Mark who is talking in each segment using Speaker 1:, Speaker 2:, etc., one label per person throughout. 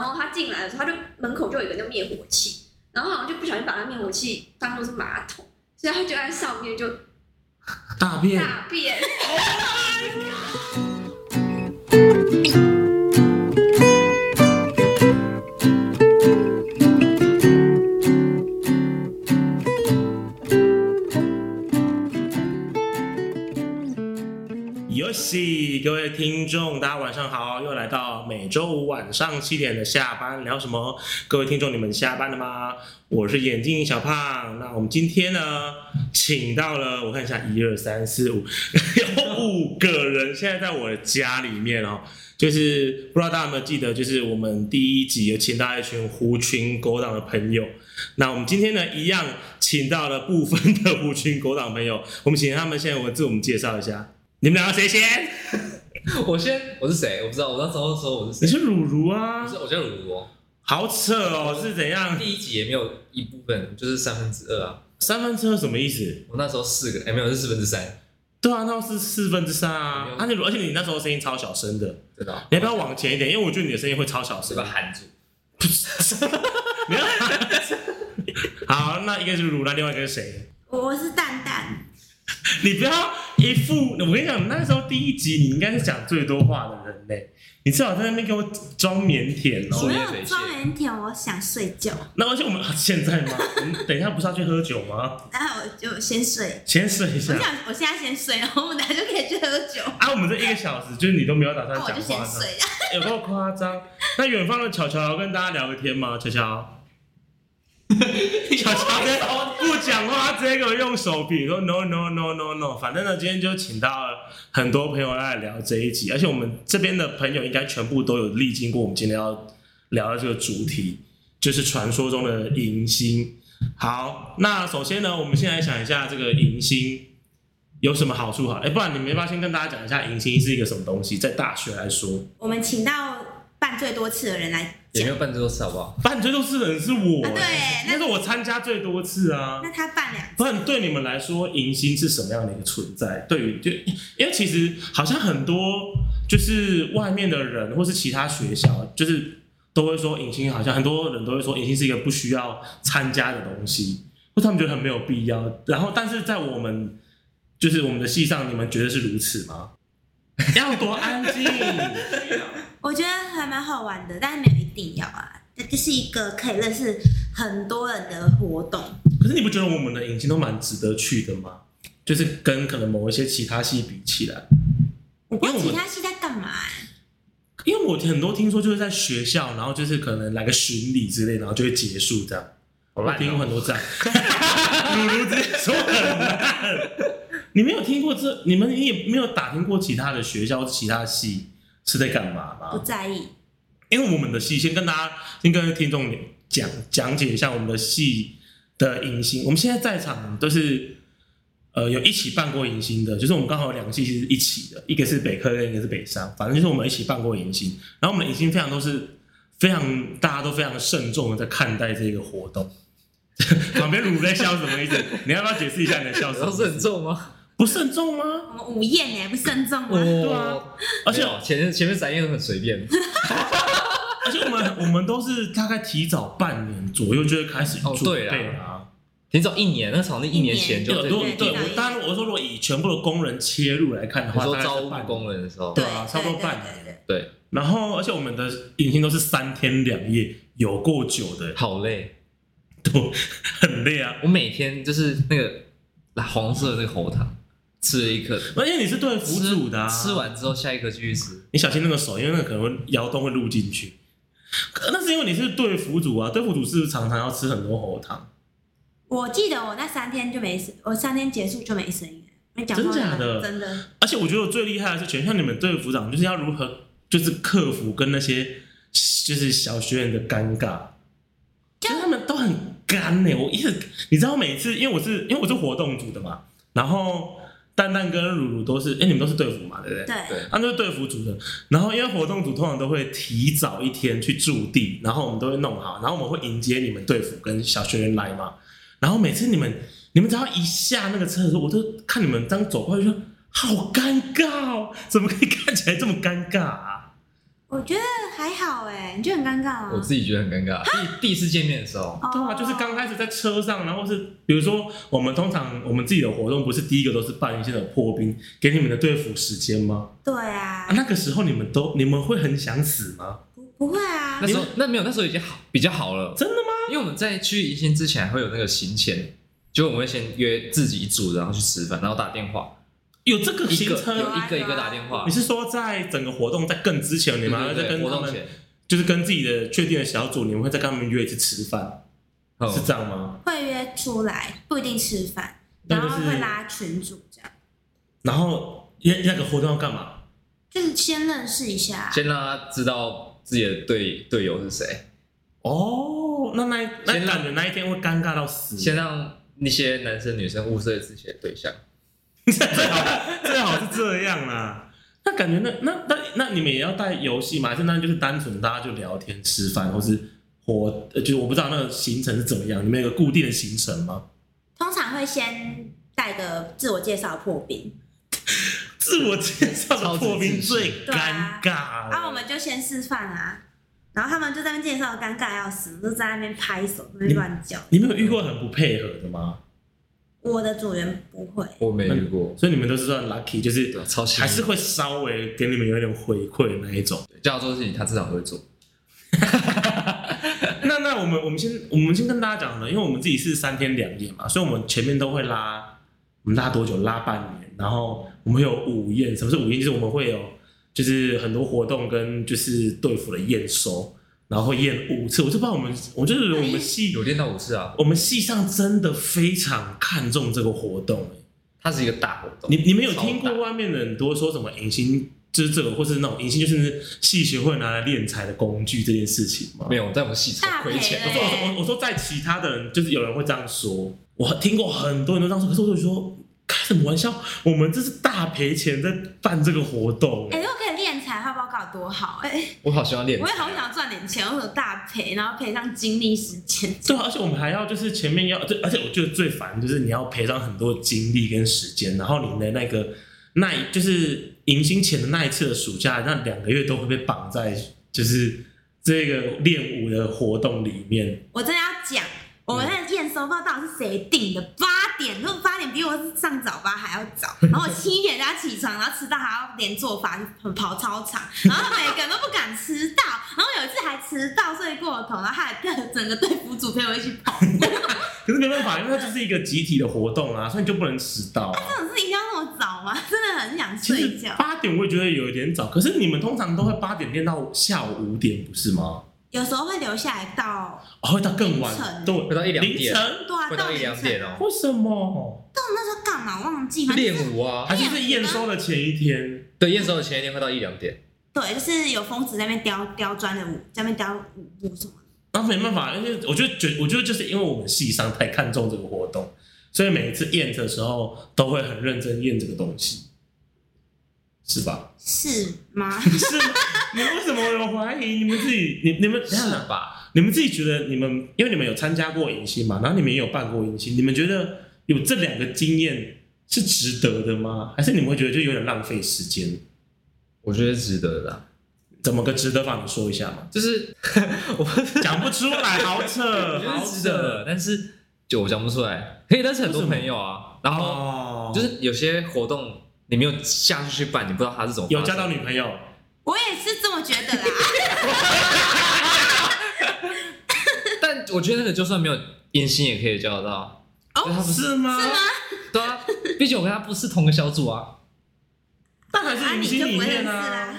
Speaker 1: 后他进来的时候，他就门口就有一个那灭火器，然后好像就不小心把他灭火器当做是马桶，所以他就在上面就
Speaker 2: 大便
Speaker 1: 大便。
Speaker 2: 游戏，各位听众，大家晚上好，又来到每周五晚上七点的下班聊什么？各位听众，你们下班了吗？我是眼镜小胖。那我们今天呢，请到了，我看一下，一二三四五，有五个人现在在我的家里面哦。就是不知道大家有没有记得，就是我们第一集有请到一群狐群狗党的朋友。那我们今天呢，一样请到了部分的狐群狗党朋友，我们请他们现在我自我们介绍一下。你们两个谁先？
Speaker 3: 我先，我是谁？我不知道。我那时候说我是
Speaker 2: 你
Speaker 3: 谁？
Speaker 2: 是乳乳啊
Speaker 3: 我是，我叫鲁鲁哦。
Speaker 2: 好扯哦，是怎样？
Speaker 3: 第一集也没有一部分，就是三分之二啊。
Speaker 2: 三分之二什么意思？
Speaker 3: 我那时候四个，哎，没有是四分之三，
Speaker 2: 对啊，那是四分之三
Speaker 3: 没
Speaker 2: 啊
Speaker 3: 有。
Speaker 2: 而且而且你那时候声音超小声的，
Speaker 3: 真的哦。
Speaker 2: 你要不要往前一点？因为我觉得你的声音会超小声
Speaker 3: 是 不。是含住？
Speaker 2: 没有。好，那一个是乳，那另外一个是谁？
Speaker 4: 我是蛋蛋，
Speaker 2: 你不要一副，我跟你讲，那时候第一集你应该是讲最多话的人嘞，你至少在那边给我装腼腆
Speaker 3: 我
Speaker 4: 我
Speaker 2: 哦。
Speaker 3: 也
Speaker 4: 没
Speaker 3: 是
Speaker 4: 有装腼腆，我想睡觉，
Speaker 2: 那而且我们啊现在吗？我们等一下不是要去喝酒吗？
Speaker 4: 然后我就先睡。
Speaker 2: 先睡一
Speaker 4: 我
Speaker 2: 下。
Speaker 4: 想我现在先睡，然后我们等下就可以去喝酒，
Speaker 2: 啊，我们这一个小时就是你都没有打算
Speaker 4: 那我
Speaker 2: 讲
Speaker 4: 就
Speaker 2: 话呢，
Speaker 4: 先睡。啊
Speaker 2: 有够夸张。那远方的巧巧要跟大家聊个天吗？巧巧，巧巧跟不讲话，直接给我用手比说 no no no no no。反正呢，今天就请到了很多朋友来聊这一集，而且我们这边的朋友应该全部都有历经过我们今天要聊的这个主题，就是传说中的迎新。好，那首先呢，我们先来想一下这个迎新。有什么好处好？哎、不然你没办法先跟大家讲一下迎新是一个什么东西，在大学来说。
Speaker 4: 我们请到办最多次的人来
Speaker 3: 也
Speaker 4: 讲
Speaker 3: 没，有办这多次，好不 好？
Speaker 2: 办最多次的人是我、
Speaker 4: 啊对
Speaker 2: 欸
Speaker 4: 那
Speaker 2: 那是我参加最多次啊。
Speaker 4: 那他办两
Speaker 2: 不然对你们来说，迎新是什么样的一个存在？对于就因为其实好像很多就是外面的人或是其他学校，就是都会说迎新，好像很多人都会说迎新是一个不需要参加的东西，或他们觉得很没有必要。然后，但是在我们就是我们的系上，你们觉得是如此吗？ 要多安 静，
Speaker 4: 我觉得还蛮好玩的，但是没有一定要啊。这这是一个可以认识很多人的活动，
Speaker 2: 可是你不觉得我们的影星都蛮值得去的吗？就是跟可能某一些其他系比起来，
Speaker 4: 我不知道
Speaker 2: 因为我们
Speaker 4: 其他系在干嘛、欸。
Speaker 2: 因为我很多听说就是在学校，然后就是可能来个巡礼之类，然后就会结束这样。
Speaker 3: 好
Speaker 2: 我
Speaker 3: 烂哦
Speaker 2: 听过很多 这样， 鲁鲁直接说很烂。你没有听过这？你们你也没有打听过其他的学校、其他系是在干嘛吗？
Speaker 4: 不在意。
Speaker 2: 因为我们的戏，先跟大家先跟听众讲讲解一下我们的戏的迎新。我们现在在场都是呃有一起办过迎新的，就是我们刚好有两个戏是一起的，一个是北科跟一个是北商，反正就是我们一起办过迎新。然后我们的迎新非常都是非常大家都非常慎重的在看待这个活动。 旁边鲁在笑什么意思？你要不要解释一下你的笑什 么
Speaker 3: 都
Speaker 2: 意
Speaker 3: 是很
Speaker 2: 思？
Speaker 3: 重吗？
Speaker 2: 不慎重吗？
Speaker 4: 我们午宴哎、不慎重 吗？
Speaker 2: 对啊，而且
Speaker 3: 没有前面前面三页都很随便。
Speaker 2: 而且我们我们都是大概提早半年左右就会开始
Speaker 3: 哦
Speaker 2: 准
Speaker 3: 对啦
Speaker 2: 备啊。
Speaker 3: 提早一年，那场地一年前就
Speaker 2: 对，如果
Speaker 4: 对
Speaker 2: 对
Speaker 4: 对
Speaker 2: 我当然我说，如果以全部的工人切入来看的
Speaker 3: 你
Speaker 2: 话，
Speaker 3: 说
Speaker 2: 大概
Speaker 3: 招
Speaker 2: 是
Speaker 3: 募
Speaker 2: 半
Speaker 3: 工人的时候，
Speaker 2: 对
Speaker 4: 对
Speaker 2: 啊差不多
Speaker 4: 对
Speaker 2: 半
Speaker 4: 对对对
Speaker 3: 对，
Speaker 2: 然后，而且我们的迎新都是三天两夜，有够久的，
Speaker 3: 好累。
Speaker 2: 很累啊。
Speaker 3: 我每天就是那个黄色的那个喉糖，吃了一颗，
Speaker 2: 而且你是对辅
Speaker 3: 吃
Speaker 2: 助的、啊，
Speaker 3: 吃完之后下一颗继续吃。
Speaker 2: 你小心那个手，因为那个可能会摇动会录进去。可那是因为你是对辅主啊，对辅主是不是常常要吃很多喉糖？
Speaker 4: 我记得我那三天就没声，我三天结束就没声音了。没讲
Speaker 2: 真假
Speaker 4: 话
Speaker 2: 的
Speaker 4: 真的，
Speaker 2: 而且我觉得我最厉害的是，全像你们队辅长就是要如何就是克服跟那些就是小学员的尴尬，就是他们都很干呢、我一直你知道，每次因为我是因为我是活动组的嘛，然后蛋蛋跟乳乳都是，哎、你们都是队服嘛，对不对？
Speaker 4: 对，
Speaker 3: 对，
Speaker 2: 他啊们都是队服组的，然后因为活动组通常都会提早一天去驻地，然后我们都会弄好，然后我们会迎接你们队服跟小学员来嘛。然后每次你们你们只要一下那个车的时候，我都看你们这样走过去，就说好尴尬哦，怎么可以看起来这么尴尬啊？
Speaker 4: 我觉得还好哎、你觉得很尴尬吗？
Speaker 3: 我自己觉得很尴尬。
Speaker 4: 啊
Speaker 3: 第第一次见面的时候，
Speaker 4: 哦
Speaker 2: 对啊，就是刚开始在车上，然后是比如说我们通常我们自己的活动不是第一个都是办一些的破冰，给你们的队服时间吗？
Speaker 4: 对啊
Speaker 2: 啊，，那个时候你们都你们会很想死吗？
Speaker 4: 不不会啊
Speaker 3: 那，时候那没有，那时候已经好比较好了，
Speaker 2: 真的吗？
Speaker 3: 因为我们在去宜兴之前还会有那个行前，就我们会先约自己一组，然后去吃饭，然后打电话，
Speaker 2: 有这个
Speaker 3: 一
Speaker 2: 行
Speaker 3: 个
Speaker 4: 有
Speaker 2: 程？
Speaker 3: 有
Speaker 4: 啊
Speaker 3: 一个一个打电话
Speaker 2: 你。是说在整个活动在更之前，你
Speaker 3: 对
Speaker 2: 们还
Speaker 3: 对
Speaker 2: 会再
Speaker 3: 对，
Speaker 2: 跟
Speaker 3: 活
Speaker 2: 他
Speaker 3: 动
Speaker 2: 们
Speaker 3: 前，
Speaker 2: 就是跟自己的确定的小组，你们会再跟他们约一次吃饭，
Speaker 3: 嗯
Speaker 2: 是这样吗？
Speaker 4: 会约出来，不一定吃饭，
Speaker 2: 那
Speaker 4: 然
Speaker 2: 就是
Speaker 4: 后会拉群组这样，
Speaker 2: 然后那那个活动要干嘛？
Speaker 4: 就是先认识一下。
Speaker 3: 先让他知道自己的队队友是谁，
Speaker 2: 哦，那那一那
Speaker 3: 先让
Speaker 2: 感觉那一天会尴尬到死。
Speaker 3: 先让那些男生女生物色自己的对象。
Speaker 2: 最好最好是这样啦。那感觉那那那那你们也要带游戏吗？还是那就是单纯大家就聊天、吃饭，或是活？呃就是我不知道那个行程是怎么样，你们有个固定的行程吗？
Speaker 4: 通常会先带个自我介绍破冰，
Speaker 2: 自我介绍的破冰最
Speaker 4: 对啊
Speaker 2: 尴尬了
Speaker 4: 啊，我们就先示范啊，然后他们就在那边介绍，尴尬要死，就在那边拍手，在那边乱叫。
Speaker 2: 你们有遇过很不配合的吗？
Speaker 4: 我的组员不会，
Speaker 3: 我没遇过，
Speaker 2: 所以你们都是算 lucky，就是
Speaker 3: 对，超幸
Speaker 2: 嗯还是
Speaker 3: 运。
Speaker 2: 会稍微给你们有一点回馈的那一种。
Speaker 3: 叫他做事情，他至少会做。
Speaker 2: 那那我们我们先我们先跟大家讲了，因为我们自己是三天两夜嘛，所以我们前面都会拉，我们拉多久？拉半年，然后我们会有午宴。什么是午宴？就是我们会有就是很多活动跟就是队服的验收，然后会验五次。我就不知道我们，我就觉得我们系
Speaker 3: 有练到五次啊，
Speaker 2: 我们系上真的非常看重这个活动、欸
Speaker 3: 它是一个大活动。
Speaker 2: 你你们有听
Speaker 3: 超
Speaker 2: 过
Speaker 3: 大？
Speaker 2: 外面的很多说什么迎新，就是这个，或是那种迎新就是系学会拿来敛财的工具这件事情吗？
Speaker 3: 没有，在我们系超亏
Speaker 4: 大
Speaker 3: 钱
Speaker 2: 我
Speaker 4: 赔。
Speaker 2: 说我说我我说在其他的人，就是有人会这样说，我听过很多人都这样说，可是我就说开什么玩笑，我们这是大赔钱在办这个活动
Speaker 4: 哎、。如果可以练财，画报告多好哎、
Speaker 3: 我好喜欢练
Speaker 4: 我。也好想赚点钱，我有大赔，然后赔上精力时间。
Speaker 2: 对啊，而且我们还要就是前面要，就而且我觉得最烦就是你要赔上很多精力跟时间，然后你的那个那一就是迎新前的那一次的暑假，那两个月都会被绑在就是这个练舞的活动里面。
Speaker 4: 我真的要讲，我们那个验收报到底是谁定的？八点，如果八点比我上早八还要 早，然后我七点就要起床，然后迟到还要连做法跑操 场，然后每个人都不敢迟到，然后有一次还迟到睡过头，然后还跟整个队服组陪我一起跑，
Speaker 2: 可是没办法，因为它就是一个集体的活动啊，所以你就不能迟到啊。
Speaker 4: 这种事情要那么早吗？真的很想
Speaker 2: 其
Speaker 4: 睡
Speaker 2: 实
Speaker 4: 觉。
Speaker 2: 八点我也觉得有一点早，可是你们通常都会八点练到下午五点，不是吗？
Speaker 4: 有时候会留下来到
Speaker 2: 哦，会到更
Speaker 4: 凌
Speaker 2: 晚，
Speaker 4: 晨
Speaker 2: 对，
Speaker 3: 会到一两点
Speaker 2: 凌晨？
Speaker 4: 对啊，
Speaker 3: 会
Speaker 4: 到
Speaker 3: 到一
Speaker 4: 凌
Speaker 3: 两
Speaker 4: 晨
Speaker 3: 点哦
Speaker 2: 为什么？
Speaker 4: 到那时候干嘛忘记？反正就是
Speaker 3: 练舞啊
Speaker 2: 还，是是验收的前一天？
Speaker 3: 对，验收的前一天会到一两点。
Speaker 4: 对，就是有疯子在那边雕雕砖的舞，在那边雕舞步什么的。
Speaker 2: 那没办法，因为我觉得觉，我觉得就是因为我们系上太看重这个活动，所以每一次验的时候都会很认真验这个东西，是吧？
Speaker 4: 是 吗？
Speaker 2: 是，你们为什么有怀疑？你们自己，你你们等一下
Speaker 3: 吧？
Speaker 2: 你们自己觉得，你们因为你们有参加过迎新嘛，然后你们也有办过迎新，你们觉得有这两个经验是值得的吗？还是你们会觉得就有点浪费时间？
Speaker 3: 我觉得值得的啦，，
Speaker 2: 怎么个值得法？你说一下嘛
Speaker 3: 就是
Speaker 2: 讲不出来，好扯，
Speaker 3: 我觉得
Speaker 2: 好
Speaker 3: 值得
Speaker 2: 扯。
Speaker 3: 的，但是就我讲不出来。可以认识很多
Speaker 2: 为什么
Speaker 3: 朋友啊，然后
Speaker 2: 哦，
Speaker 3: 就是有些活动你没有下去去办，你不知道他是怎么
Speaker 2: 有
Speaker 3: 发
Speaker 2: 交
Speaker 3: 生
Speaker 2: 到女朋友，
Speaker 4: 我也是这么觉得啦。
Speaker 3: 但我觉得那个就算没有迎新也可以交得到。
Speaker 4: 哦
Speaker 3: 就是他不是
Speaker 2: 是吗？
Speaker 3: 对啊，毕竟我跟他不是同个小组啊。
Speaker 2: 但还
Speaker 4: 啊，
Speaker 2: 是迎
Speaker 4: 你就
Speaker 2: 新里
Speaker 4: 不认识
Speaker 2: 面
Speaker 4: 啦
Speaker 2: 啊。。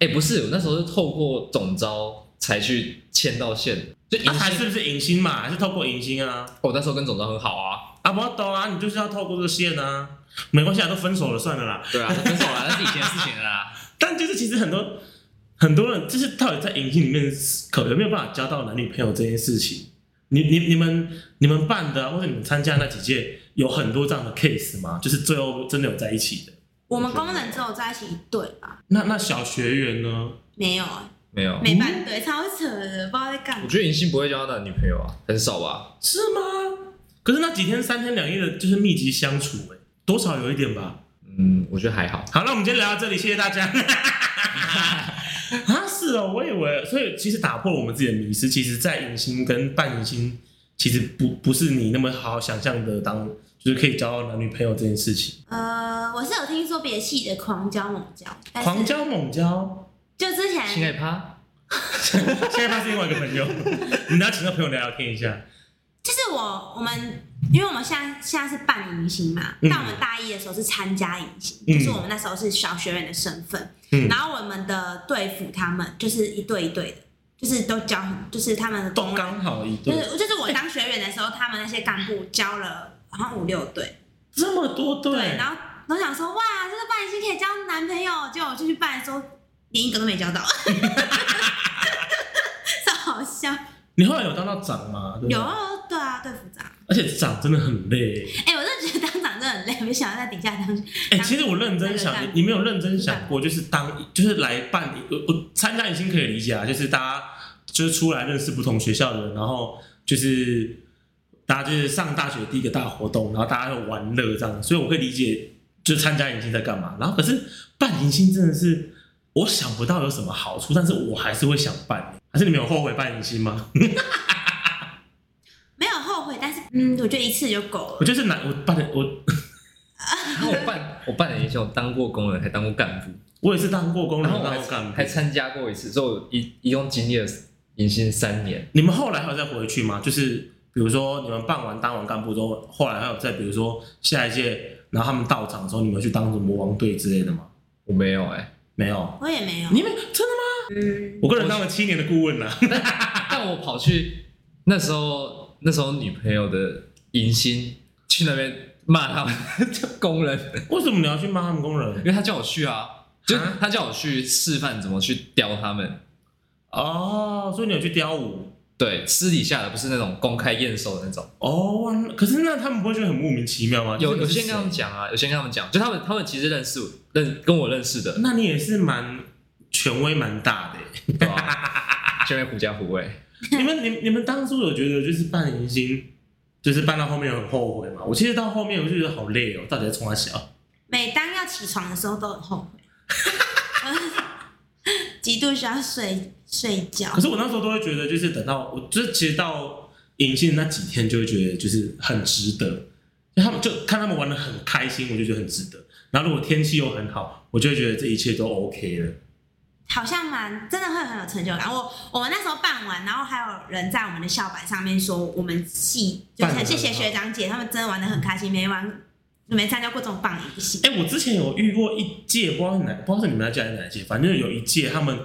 Speaker 3: 哎、不是，我那时候是透过总招才去签到线，就迎
Speaker 2: 那还
Speaker 3: 新。
Speaker 2: 是不是迎新嘛？还是透过迎新啊？
Speaker 3: 我、那时候跟总招很好啊，
Speaker 2: 啊，不懂啊，你就是要透过这个线啊。没关系啊，都分手了，算了啦。
Speaker 3: 对啊，分手了，那是以前的事情了啦。
Speaker 2: 但就是其实很多很多人，就是到底在影星里面可有没有办法交到男女朋友这件事情，你你你们你们办的、啊、或者你们参加那几届有很多这样的 case 吗？就是最后真的有在一起的？
Speaker 4: 我们工人只有在一起一对吧？
Speaker 2: 那那小学员呢？
Speaker 4: 没有，
Speaker 3: 没有，
Speaker 4: 没
Speaker 2: 嗯
Speaker 4: 半对，超扯的，不知道在干
Speaker 3: 我
Speaker 4: 嘛。
Speaker 3: 觉得迎新不会交到女朋友啊，很少吧？
Speaker 2: 是吗？可是那几天三天两夜的，就是密集相处、欸，多少有一点吧。
Speaker 3: 嗯，我觉得还好。
Speaker 2: 好，那我们今天聊到这里，谢谢大家。啊，是哦，我以为，所以其实打破了我们自己的迷思，其实，在迎新跟半迎新，其实不不是你那么好想象的当，就是可以交到男女朋友这件事情，
Speaker 4: 呃，我是有听说别系的狂交猛交，但是
Speaker 2: 狂交猛 交，
Speaker 4: 就之
Speaker 3: 性爱
Speaker 4: 前
Speaker 3: 趴，
Speaker 2: 现在他是另外一个 朋友，你们要请个朋友聊聊天一下，
Speaker 4: 就是我我们，因为我们现在现在是办迎新嘛，
Speaker 2: 嗯
Speaker 4: 但我们大一的时候是参加迎新，
Speaker 2: 嗯
Speaker 4: 就是我们那时候是小学员的身份，
Speaker 2: 嗯
Speaker 4: 然后我们的队服他们就是一队一队的，就是都教，就是他们的
Speaker 2: 都刚好一
Speaker 4: 就
Speaker 2: 对，
Speaker 4: 是就是我当学员的时候，他们那些干部教了好像五六队，
Speaker 2: 这么多对，
Speaker 4: 对，然后我想说哇，这个办已经可以交男朋友，结果我就去办的时候，连一个都没交到， 这好笑。
Speaker 2: 你后来有当到长吗？对不对
Speaker 4: 有，啊对啊，对副长，
Speaker 2: 而且长真的很累，
Speaker 4: 哎、我真的觉得当长真的很累，没想到在底下当。
Speaker 2: 哎、
Speaker 4: 当
Speaker 2: 其实我认真
Speaker 4: 那
Speaker 2: 想，
Speaker 4: 个
Speaker 2: 你你没有认真想过，就是当就是来办一个，我参加迎新可以理解啊，就是大家就是出来认识不同学校的人，然后就是大家就是上大学第一个大活动，然后大家会玩乐这样，所以我可以理解就参加迎新在干嘛。然后可是办迎新真的是我想不到有什么好处，但是我还是会想办。还是你们有后悔办迎新吗？
Speaker 4: 没有后悔，但是嗯，我觉得一次就够
Speaker 2: 我
Speaker 4: 了。
Speaker 2: 就是难，我办的我
Speaker 3: 然后我办我办了一些，我当过工人，还当过干部，
Speaker 2: 我也是当过工人，
Speaker 3: 然后我
Speaker 2: 当
Speaker 3: 还
Speaker 2: 过干部
Speaker 3: 还。参加过一次，所以我一一共经历了迎新三年。
Speaker 2: 你们后来还有再回去吗？就是比如说你们办完当完干部之后，后来还有再比如说下一届，然后他们到场的时候，你们有去当什么魔王队之类的吗？
Speaker 3: 我没有哎、
Speaker 2: 没有，
Speaker 4: 我也没有，
Speaker 2: 你们真的吗？
Speaker 4: 嗯，
Speaker 2: 我个人当了七年的顾问啊啦。
Speaker 3: 啊但我跑去那时候那时候女朋友的迎新去那边骂他们 就工人，
Speaker 2: 为什么你要去骂他们工人
Speaker 3: 因？为他叫我去啊，就
Speaker 2: 啊
Speaker 3: 他叫我去示范怎么去雕他们。
Speaker 2: 哦，所以你有去雕舞
Speaker 3: 对，私底下的不是那种公开验收的那种。
Speaker 2: 哦？哇那可是那他们不会觉得很莫名其妙吗？
Speaker 3: 有
Speaker 2: 就是你
Speaker 3: 有
Speaker 2: 是
Speaker 3: 些跟他们
Speaker 2: 谁
Speaker 3: 讲啊，有些跟他们讲，就他们他们其实认识我认跟我认识的，
Speaker 2: 那你也是蛮权威蛮大的 欸。
Speaker 3: 对吧？ 这边狐假虎威，
Speaker 2: 你们你你们当初有觉得就是办迎新，就是办到后面有很后悔吗？我其实到后面我就觉得好累哦，到底在冲他笑？
Speaker 4: 每当要起床的时候都很后悔， 极度需要睡睡觉
Speaker 2: 可。是我那时候都会觉得，就是等到我，就是其实到银杏那几天，就会觉得就是很值得。就他们就看他们玩的很开心，我就觉得很值得。然后如果天气又很好，我就会觉得这一切都 OK 了。
Speaker 4: 好像蛮真的会很有成就感。我我们那时候办完，然后还有人在我们的校板上面说，我们系就是很谢谢学长姐，他们真的玩的很开心，没玩没参加过这种棒游戏。
Speaker 2: 哎、我之前有遇过一届，不知道是哪，不知道是你们那届还是哪一届，反正有一届他们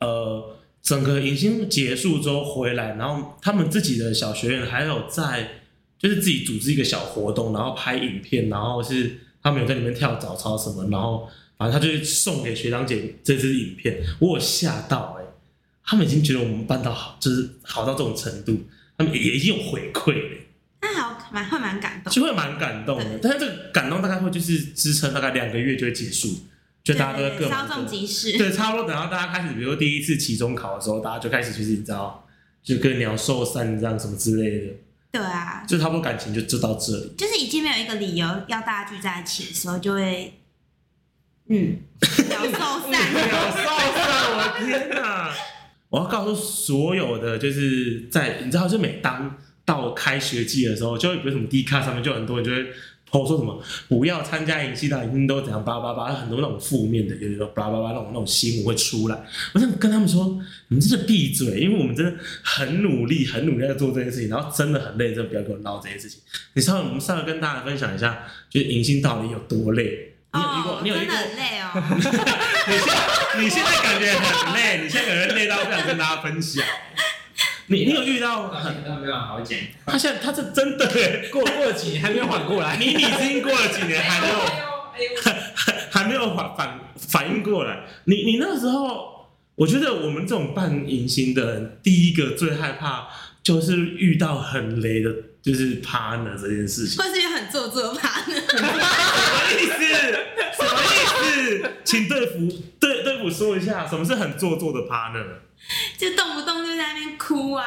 Speaker 2: 呃，整个迎新结束之后回来，然后他们自己的小学院还有在就是自己组织一个小活动，然后拍影片，然后是他们有在里面跳早操什么，然后反正他就是送给学长姐这支影片，我有吓到哎、他们已经觉得我们办到好，就是好到这种程度，他们也已经有回馈了、
Speaker 4: 那好蛮会蛮感动。
Speaker 2: 就会蛮感动的
Speaker 4: 对。
Speaker 2: 但是这个感动大概会就是支撑大概两个月就会结束，就大家都在各
Speaker 4: 对
Speaker 2: 忙
Speaker 4: 稍
Speaker 2: 各
Speaker 4: 纵即逝。
Speaker 2: 对，差不多等到大家开始，比如说第一次期中考的时候，大家就开始就是你知道，就跟鸟兽散这样什么之类的，
Speaker 4: 对啊，
Speaker 2: 就差不多感情就就到这里。
Speaker 4: 就是已经没有一个理由要大家聚在一起的时候，就会嗯，鸟 兽散。
Speaker 2: 鸟兽散，我的天哪！我要告诉所有的，就是在你知道，就每当到开学季的时候，就会比如什么 D 卡上面就很多人就会。抛说什么不要参加迎新啦，迎新都怎样叭叭叭，很多那种负面的，有时候叭叭叭那种那种新闻会出来。我想跟他们说，你们真的闭嘴，因为我们真的很努力，很努力在做这件事情，然后真的很累，真的不要跟我闹这件事情。你稍微我们稍微跟大家分享一下，就是迎新到底有多累。你有遇过？
Speaker 4: 哦，
Speaker 2: 你有遇
Speaker 4: 真的
Speaker 2: 过？
Speaker 4: 很累哦。
Speaker 2: 你现 在你现在感觉很累，你现在感觉累到不想跟大家分享。你你有遇到很？
Speaker 3: 现在没办法好减，
Speaker 2: 他现在他是真的耶，
Speaker 3: 过过了几年还没有缓过 来，
Speaker 2: 你已经过了几年还没有还没有反反反应过来。你你那时候，我觉得我们这种办迎新的人，第一个最害怕就是遇到很雷的，就是 partner 这件事情。
Speaker 4: 或是有很做作吧？
Speaker 2: 什么意思？什么意思？请对付对对付说一下，什么是很做作的 partner？
Speaker 4: 就动不动就在那边哭啊。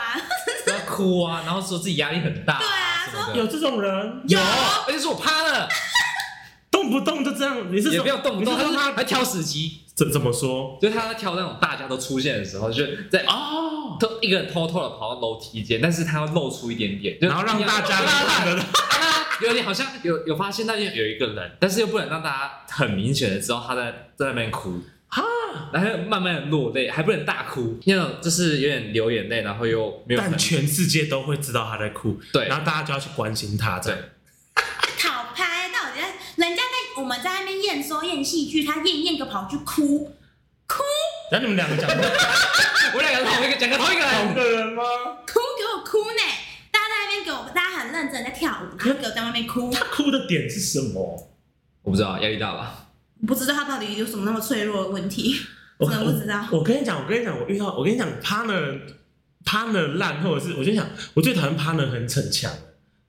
Speaker 3: 然后哭啊，然后说自己压力很大、
Speaker 4: 对啊
Speaker 3: 什么的
Speaker 2: 有这种人？
Speaker 3: 而且说我趴了，
Speaker 2: 对动不动就这样，你是
Speaker 3: 也
Speaker 2: 说
Speaker 3: 没有动不动，
Speaker 2: 你
Speaker 3: 他
Speaker 2: 是说
Speaker 3: 就是
Speaker 2: 他
Speaker 3: 还挑时机，
Speaker 2: 怎怎么说？
Speaker 3: 就是他在挑那种大家都出现的时候，就是在
Speaker 2: 哦，
Speaker 3: 偷一个人偷偷的跑到楼梯间，但是他要露出一点点，就
Speaker 2: 然后让大家
Speaker 3: 让
Speaker 2: 都
Speaker 3: 大家
Speaker 2: 看得到，
Speaker 3: 让大 家有点好像有有发现那边有一个人，但是又不能让大家很明显的知道他在在那边哭
Speaker 2: 啊，
Speaker 3: 然后慢慢的落泪，还不能大哭，那种就是有点流眼泪，然后又没有
Speaker 2: 但
Speaker 3: 很
Speaker 2: 全世界都会知道他在哭，
Speaker 3: 对
Speaker 2: 然后大家就要去关心他，这样
Speaker 3: 对
Speaker 4: 讨拍，那我觉得人家在我们在那边验收验戏剧，他验验个跑去哭，哭
Speaker 2: 然后你们两个讲
Speaker 3: 我们两个同一个讲个同一个
Speaker 2: 同
Speaker 3: 人，
Speaker 2: 个人吗？
Speaker 4: 哭给我哭呢！大家在那边给我，大家很认真在跳舞，然后给我在外面哭。
Speaker 2: 他哭的点是什么？
Speaker 3: 我不知道压力大吧？
Speaker 4: 我不知道他到底有什么那么脆弱的 问题，
Speaker 2: 我
Speaker 3: 哦
Speaker 4: 真的不知道。
Speaker 2: 我跟你讲，我跟你讲，我遇到我跟你讲，partner partner 烂，或者是我就想，我最讨厌 partner 很逞强的。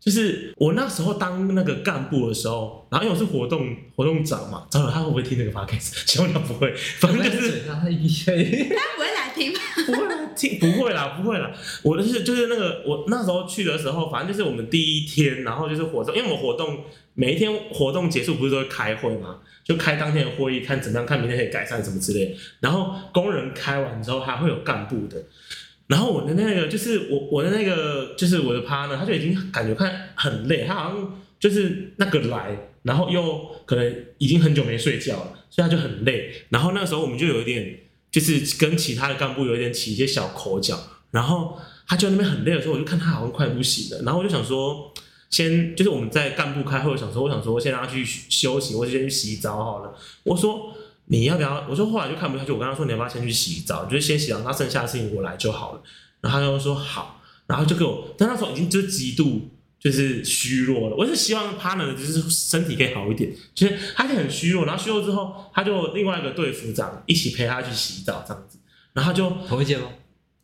Speaker 2: 就是我那时候当那个干部的时候，然后因为我是活动活动长嘛，糟了，他会不会听这个 podcast？希望 他不会，反正就是
Speaker 3: 嘴上他一定
Speaker 4: 他不会来评判，
Speaker 2: 不会啊啦，听不会啦，不会啦。我就是就是那个我那时候去的时候，反正就是我们第一天，然后就是活动，因为我们活动每一天活动结束不是都会开会嘛，就开当天的会议，看怎么样，看明天可以改善什么之类的。然后工人开完之后，还会有干部的。然后我的那个就是我我的那个就是我的 partner，他就已经感觉看很累，他好像就是那个来，然后又可能已经很久没睡觉了，所以他就很累。然后那个时候我们就有一点就是跟其他的干部有一点起一些小口角，然后他就在那边很累的时候，我就看他好像快不行了，然后我就想说，先就是我们在干部开会，我想说，我想说先让他去休息，或者先去洗澡好了。我说你要不要？我说后来就看不下去，我跟他说你要不要先去洗澡，就是先洗澡，那剩下的事情我来就好了。然后他就说好，然后就给我，但那时候已经就是极度就是虚弱了。我是希望 partner 就是身体可以好一点，就是他就很虚弱，然后虚弱之后，他就另外一个队副长一起陪他去洗澡这样子，然后他就
Speaker 3: 同一间吗？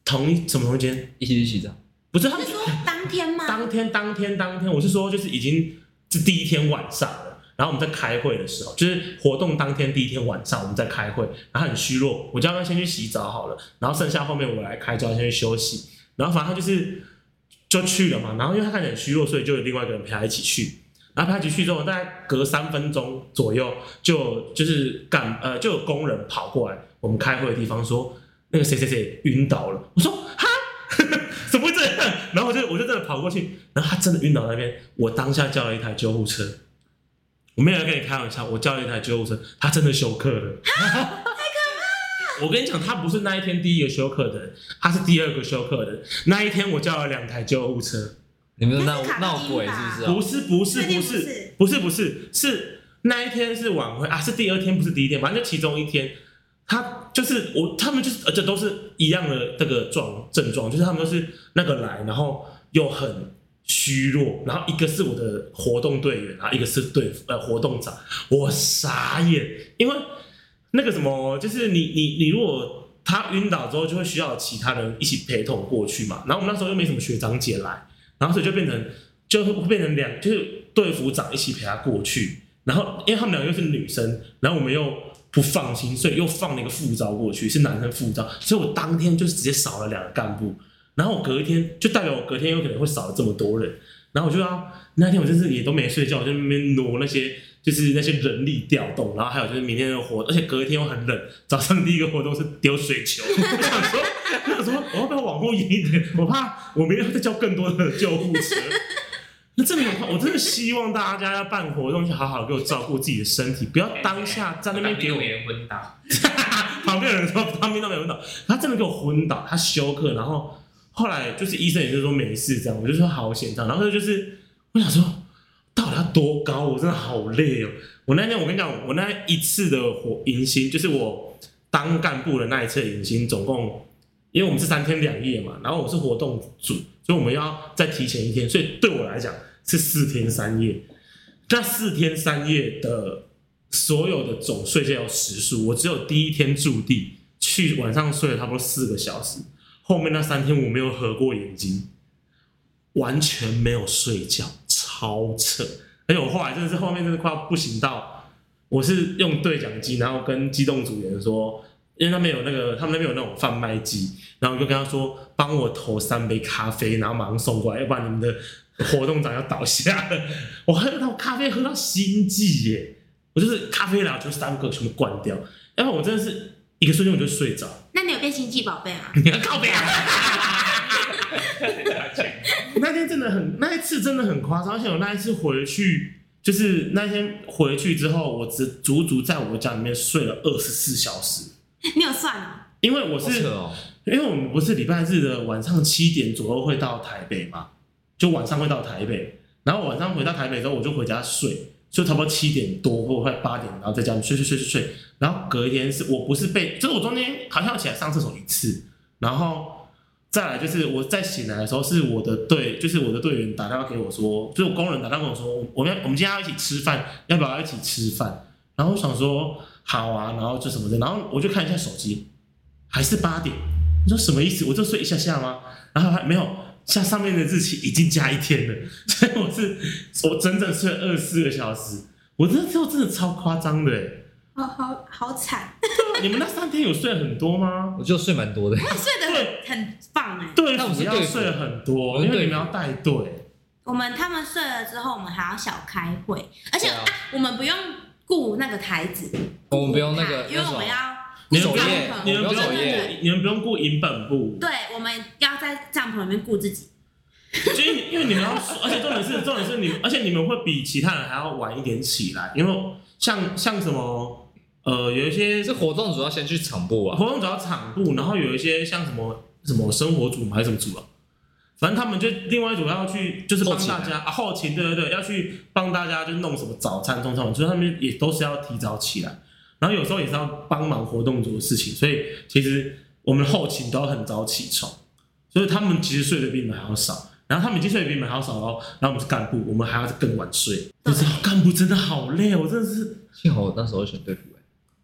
Speaker 2: 同一什么空间？
Speaker 3: 一起去洗澡，
Speaker 2: 不是他
Speaker 4: 是
Speaker 2: 们
Speaker 4: 说当天吗？
Speaker 2: 当天当天当天，我是说就是已经是第一天晚上了。然后我们在开会的时候，就是活动当天第一天晚上，我们在开会，然后很虚弱，我叫他先去洗澡好了，然后剩下后面我来开，叫他先去休息。然后反正他就是就去了嘛，然后因为他看起来很虚弱，所以就有另外一个人陪他一起去。然后陪他一起去之后，大概隔三分钟左右，就就是干呃就有工人跑过来我们开会的地方说，那个谁谁谁晕倒了。我说哈， 怎么会这样？然后我就我就真的跑过去，然后他真的晕倒那边，我当下叫了一台救护车。我没有在跟你开玩笑，我叫了一台救护车，他真的休克了。太可怕！我跟你讲，他不是那一天第一个休克的人，他是第二个休克的人。那一天我叫了两台救护车，
Speaker 3: 你们是闹
Speaker 4: 那是卡
Speaker 3: 闹
Speaker 4: 丁
Speaker 3: 鬼是
Speaker 4: 吧
Speaker 3: 不是啊？
Speaker 2: 不是不是
Speaker 4: 确定
Speaker 2: 不
Speaker 4: 不
Speaker 2: 是
Speaker 4: 是
Speaker 2: 不是不是是那一天是晚会啊，是第二天不是第一天，反正就其中一天，他就是我他们就是而且都是一样的这个状症状，就是他们都是那个来，然后又很虚弱，然后一个是我的活动队员，然后一个是队呃活动长，我傻眼，因为那个什么就是你你你如果。他晕倒之后，就会需要其他人一起陪同过去嘛。然后我们那时候又没什么学长姐来，然后所以就变成就会变成两，就是队服长一起陪他过去，然后因为他们两个又是女生，然后我们又不放心，所以又放了一个副招过去，是男生副招，所以我当天就直接少了两个干部，然后我隔一天就代表我隔天有可能会少了这么多人，然后我就要那天我真是也都没睡觉，我就在那边挪那些。就是那些人力调动，然后还有就是明天的活，而且隔一天又很冷。早上第一个活动是丢水球， 我想说，我想说我要不要往后延一点？我怕我明天要再叫更多的救护车。那真的有话，我真的希望大家要办活动，就好好给我照顾自己的身体，不要当下在那边给我
Speaker 3: 人昏倒，
Speaker 2: 旁边有人说他边都没有昏倒，他真的给我昏倒，他休克，然后后来就是医生也是说没事这样，我就说好险这样，然后就是我想说到底要多高，我真的好累哦。我那天我跟你讲，我那一次的火迎新，就是我当干部的那一次的迎新，总共因为我们是三天两夜嘛，然后我是活动组，所以我们要再提前一天，所以对我来讲是四天三夜。那四天三夜的所有的总睡觉时数，我只有第一天驻地去晚上睡了差不多四个小时，后面那三天我没有合过眼睛，完全没有睡觉，超扯。而且我后来真的是后面真的快要不行到，我是用对讲机，然后跟机动组员说，因为他们有那个他们那边有那种贩卖机，然后我就跟他说，帮我投三杯咖啡，然后马上送过来，要不然 你们的活动长要倒下了。我喝到咖啡喝到心悸耶，我就是咖啡来，我就是 Starbucks 全部关掉，要不然我真的是一个瞬间我就睡着。
Speaker 4: 那你有变星际宝贝吗？
Speaker 2: 你要告别啊！那天真的很，那一次真的很夸张，而且我那一次回去，就是那天回去之后，我只足足在我家里面睡了二十四小时，
Speaker 4: 你有算哦？
Speaker 2: 因为我
Speaker 3: 好
Speaker 2: 是
Speaker 3: 扯哦，
Speaker 2: 因为我们不是礼拜日的晚上七点左右会到台北嘛，就晚上会到台北，然后晚上回到台北之后，我就回家睡，就差不多七点多或快八点，然后在家里睡睡睡睡睡，然后隔一天是我不是被，就是我中间好像有起来上厕所一次，然后再来就是我在醒来的时候，是我的队，就是我的队员打电话给我说，就是我工人打电话跟我说，我我们要我们今天要一起吃饭，要不要一起吃饭？然后我想说好啊，然后就什么的，然后我就看一下手机，还是八点。我说什么意思？我就睡一下下吗？然后还没有，下上面的日期已经加一天了，所以我是我整整睡二十四个小时，我那时候真的超夸张的欸。
Speaker 4: 好好好 惨，
Speaker 2: 你们那三天有睡很多吗？
Speaker 3: 我就睡蛮多的。
Speaker 4: 我睡得很很棒哎、
Speaker 2: 对，
Speaker 3: 但我是
Speaker 2: 要
Speaker 3: 队服
Speaker 2: 睡很
Speaker 3: 我
Speaker 2: 多，
Speaker 3: 是
Speaker 2: 因为
Speaker 3: 队
Speaker 2: 你
Speaker 3: 服
Speaker 2: 们要带队。
Speaker 4: 我们他们睡了之后，我们还要小开会，而且、
Speaker 3: 对啊
Speaker 4: 啊我们不用顾那个台子，
Speaker 3: 我们不用那个
Speaker 4: 因为我们
Speaker 3: 那
Speaker 4: 要
Speaker 2: 你
Speaker 3: 守
Speaker 2: 们不用
Speaker 3: 夜
Speaker 4: 顾，
Speaker 2: 你们不
Speaker 3: 我们
Speaker 2: 用
Speaker 3: 要守夜，
Speaker 2: 顾，你们不用顾银本部，
Speaker 4: 对，我们要在帐篷里面顾自己。
Speaker 2: 所以因为你们要睡，而且重点是重点是你，而且你们会比其他人还要晚一点起来，因为像像什么呃，有一些
Speaker 3: 是活动主要先去场部啊，
Speaker 2: 活动主要场部，然后有一些像什么什么生活组嘛还是什么组啊，反正他们就另外一组要去，就是帮
Speaker 3: 后勤啊
Speaker 2: 大家啊后勤，对对对，要去帮大家就弄什么早餐、中餐晚餐，所以他们也都是要提早起来，然后有时候也是要帮忙活动组的事情，所以其实我们后勤都要很早起床，所以他们其实睡得比你们还要少。然后他们已经睡得比你们还要少了，然后我们是干部，我们还要更晚睡。
Speaker 4: 对
Speaker 2: 就是干部真的好累，哦我真的是
Speaker 3: 幸好我那时候选队服、欸，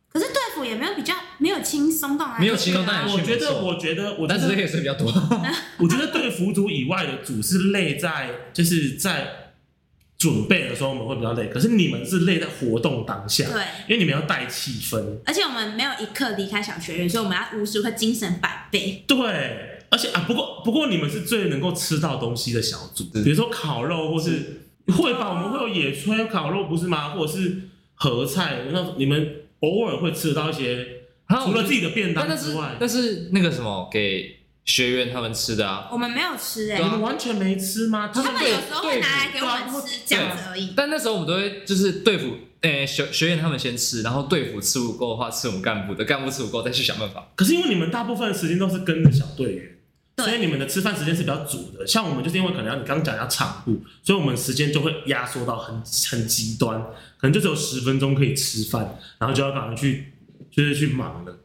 Speaker 4: 可是队服也没有比较，没有轻松到哪里去啊
Speaker 3: 没有轻松到哪里去
Speaker 2: 我觉得，
Speaker 3: 没错
Speaker 2: 我觉得，我觉
Speaker 3: 但
Speaker 2: 得
Speaker 3: 是可以睡比 较多。
Speaker 2: 我觉得对服组以外的组是累在，就是在准备的时候我们会比较累，可是你们是累在活动当下，
Speaker 4: 对，
Speaker 2: 因为你们要带气氛。
Speaker 4: 而且我们没有一刻离开小学院，所以我们要无时无刻精神百倍。
Speaker 2: 对，而且啊，不过不过你们是最能够吃到东西的小组，
Speaker 3: 是
Speaker 2: 比如说烤肉或是会吧，我们会有野炊烤肉不是吗？或者是合菜，那你们偶尔会吃到一些
Speaker 3: 啊
Speaker 2: 除了自己的便
Speaker 3: 但
Speaker 2: 当
Speaker 3: 那
Speaker 2: 之
Speaker 3: 是
Speaker 2: 外，
Speaker 3: 但是那个什么给学员他们吃的啊，
Speaker 4: 我们没有吃哎、
Speaker 3: 对
Speaker 2: 你
Speaker 3: 啊
Speaker 2: 们完全没吃吗？他
Speaker 4: 他
Speaker 2: 们
Speaker 4: 们有时候会拿来给我们吃这样子而已。
Speaker 3: 但那时候我们都会就是队服，诶、学学员他们先吃，然后队服吃不够的话，吃我们干部的，干部吃不够再去想办法。
Speaker 2: 可是因为你们大部分时间都是跟着小队员，
Speaker 4: 对
Speaker 2: 所以你们的吃饭时间是比较足的。像我们就是因为可能要你刚刚讲要场部，所以我们时间就会压缩到很很极端，可能就只有十分钟可以吃饭，然后就要赶快去就是去忙了。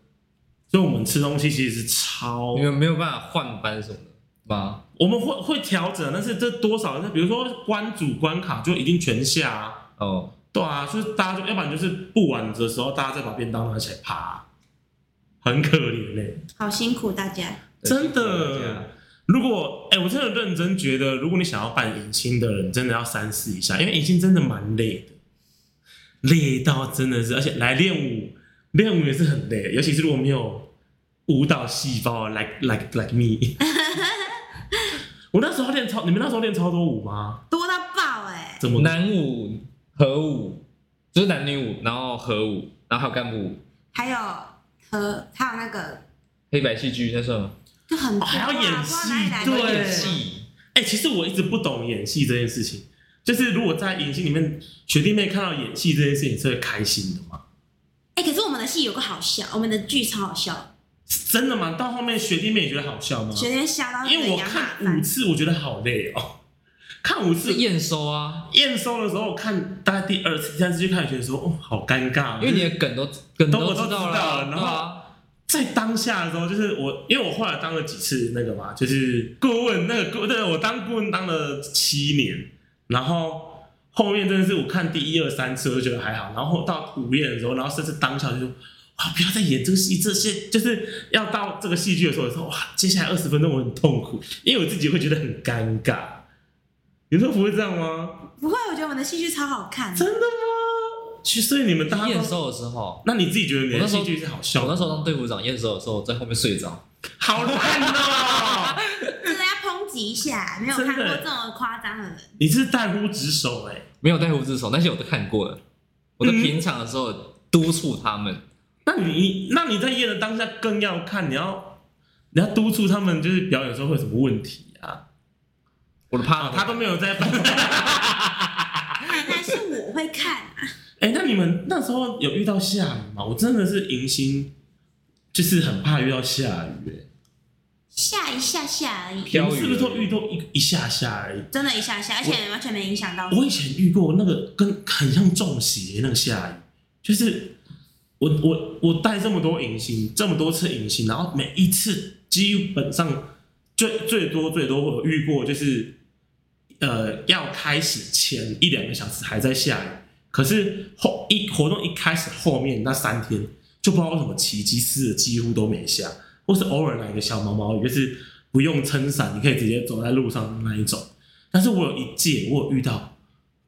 Speaker 2: 所以我们吃东西其实是超
Speaker 3: 你，们没有办法换班什么的吗？
Speaker 2: 我们会会调整，但是这多少？那比如说关主关卡就一定全下啊，
Speaker 3: 哦，
Speaker 2: 对啊，就是大家就要不然就是不晚的时候，大家再把便当拿起来爬、很可怜欸嘞、
Speaker 4: 好辛苦大家，
Speaker 2: 真
Speaker 3: 对对啊
Speaker 2: 的。如果哎、我真的认真觉得，如果你想要办迎新的人，真的要三思一下，因为迎新真的蛮累的，累到真的是，而且来练舞，练舞也是很累，尤其是如果没有舞蹈细胞，like like like me。我那时候练超，你们那时候练超多舞吗？
Speaker 4: 多到爆哎、
Speaker 2: 怎么？
Speaker 3: 男舞、合舞，就是男女舞，然后合舞，然后还有干部舞，
Speaker 4: 还有和还有那个
Speaker 3: 黑白戏剧那算吗？
Speaker 4: 就很多、
Speaker 2: 哦还要
Speaker 4: 啊、
Speaker 2: 演
Speaker 4: 不知道哪
Speaker 2: 戏
Speaker 4: 里来的
Speaker 2: 对
Speaker 3: 演戏，
Speaker 2: 哎、其实我一直不懂演戏这件事情，就是如果在迎新里面，学弟妹看到演戏这件事情是会开心的吗？
Speaker 4: 哎、可是我们的戏有个好笑，我们的剧超好
Speaker 2: 哦
Speaker 4: 笑，
Speaker 2: 是真的吗？到后面学弟妹也觉得好笑吗？
Speaker 4: 学生笑到
Speaker 2: 因为我
Speaker 4: 羊马
Speaker 2: 看五
Speaker 4: 翻。
Speaker 2: 次，我觉得好累哦。 看五
Speaker 3: 是
Speaker 2: 次
Speaker 3: 验收啊，
Speaker 2: 验收的时候，我看大概第二次、第三次去看，觉得说哦，好尴尬。
Speaker 3: 因为你的梗都梗
Speaker 2: 都我
Speaker 3: 知
Speaker 2: 都
Speaker 3: 道
Speaker 2: 知道了然后
Speaker 3: 对啊，
Speaker 2: 在当下的时候，就是我，因为我后来当了几次那个嘛，就是顾问那个顾，对，我当顾问当了七年，然后后面真的是我看第一二三次我就觉得还好，然后到午夜的时候，然后甚至当下就说。哇！不要再演这个戏，这些就是要到这个戏剧的时候，我说哇，接下来二十分钟我很痛苦，因为我自己会觉得很尴尬。你们都不会这样吗？
Speaker 4: 不会，我觉得我们的戏剧超好看。
Speaker 2: 真的吗？其实所以你们大家
Speaker 3: 验
Speaker 2: 都，
Speaker 3: 收的时候，
Speaker 2: 那你自己觉得你
Speaker 3: 我
Speaker 2: 的
Speaker 3: 那时
Speaker 2: 戏
Speaker 3: 候
Speaker 2: 剧是好笑
Speaker 3: 哦我
Speaker 2: 的
Speaker 3: 那
Speaker 2: 吗？
Speaker 3: 时候当队伍长验收的时候，我在后面睡着。
Speaker 2: 好烂哦、
Speaker 4: 真的要抨击一下，没有看过这么夸张的人。
Speaker 2: 你是在乎职守哎、
Speaker 3: 没有带胡子手，那些我都看过了。我在平常的时候督促他们，
Speaker 2: 那你那你在演的当下更要看，你要你要督促他们，就是表演的时候会有什么问题啊？
Speaker 3: 我的怕
Speaker 2: 啊，他都没有在 办。
Speaker 4: 但是我会看啊，
Speaker 2: 哎、那你们那时候有遇到下雨吗？我真的是迎新，就是很怕遇到下雨、欸。
Speaker 4: 下一下下而已，
Speaker 2: 你
Speaker 3: 飘雨
Speaker 2: 们是不是都遇到一一下下而已？
Speaker 4: 真的一下下，而且完全没影响到我。
Speaker 2: 我以前遇过那个跟很像中邪那个下雨，就是我我我带这么多迎新，这么多次迎新，然后每一次基本上最最多最多我有遇过就是，呃，要开始前一两个小时还在下雨，可是后一活动一开始后面那三天就不知道为什么奇迹似的几乎都没下，或是偶尔来一个小毛毛雨，就是不用撑伞，你可以直接走在路上的那一种。但是我有一届，我有遇到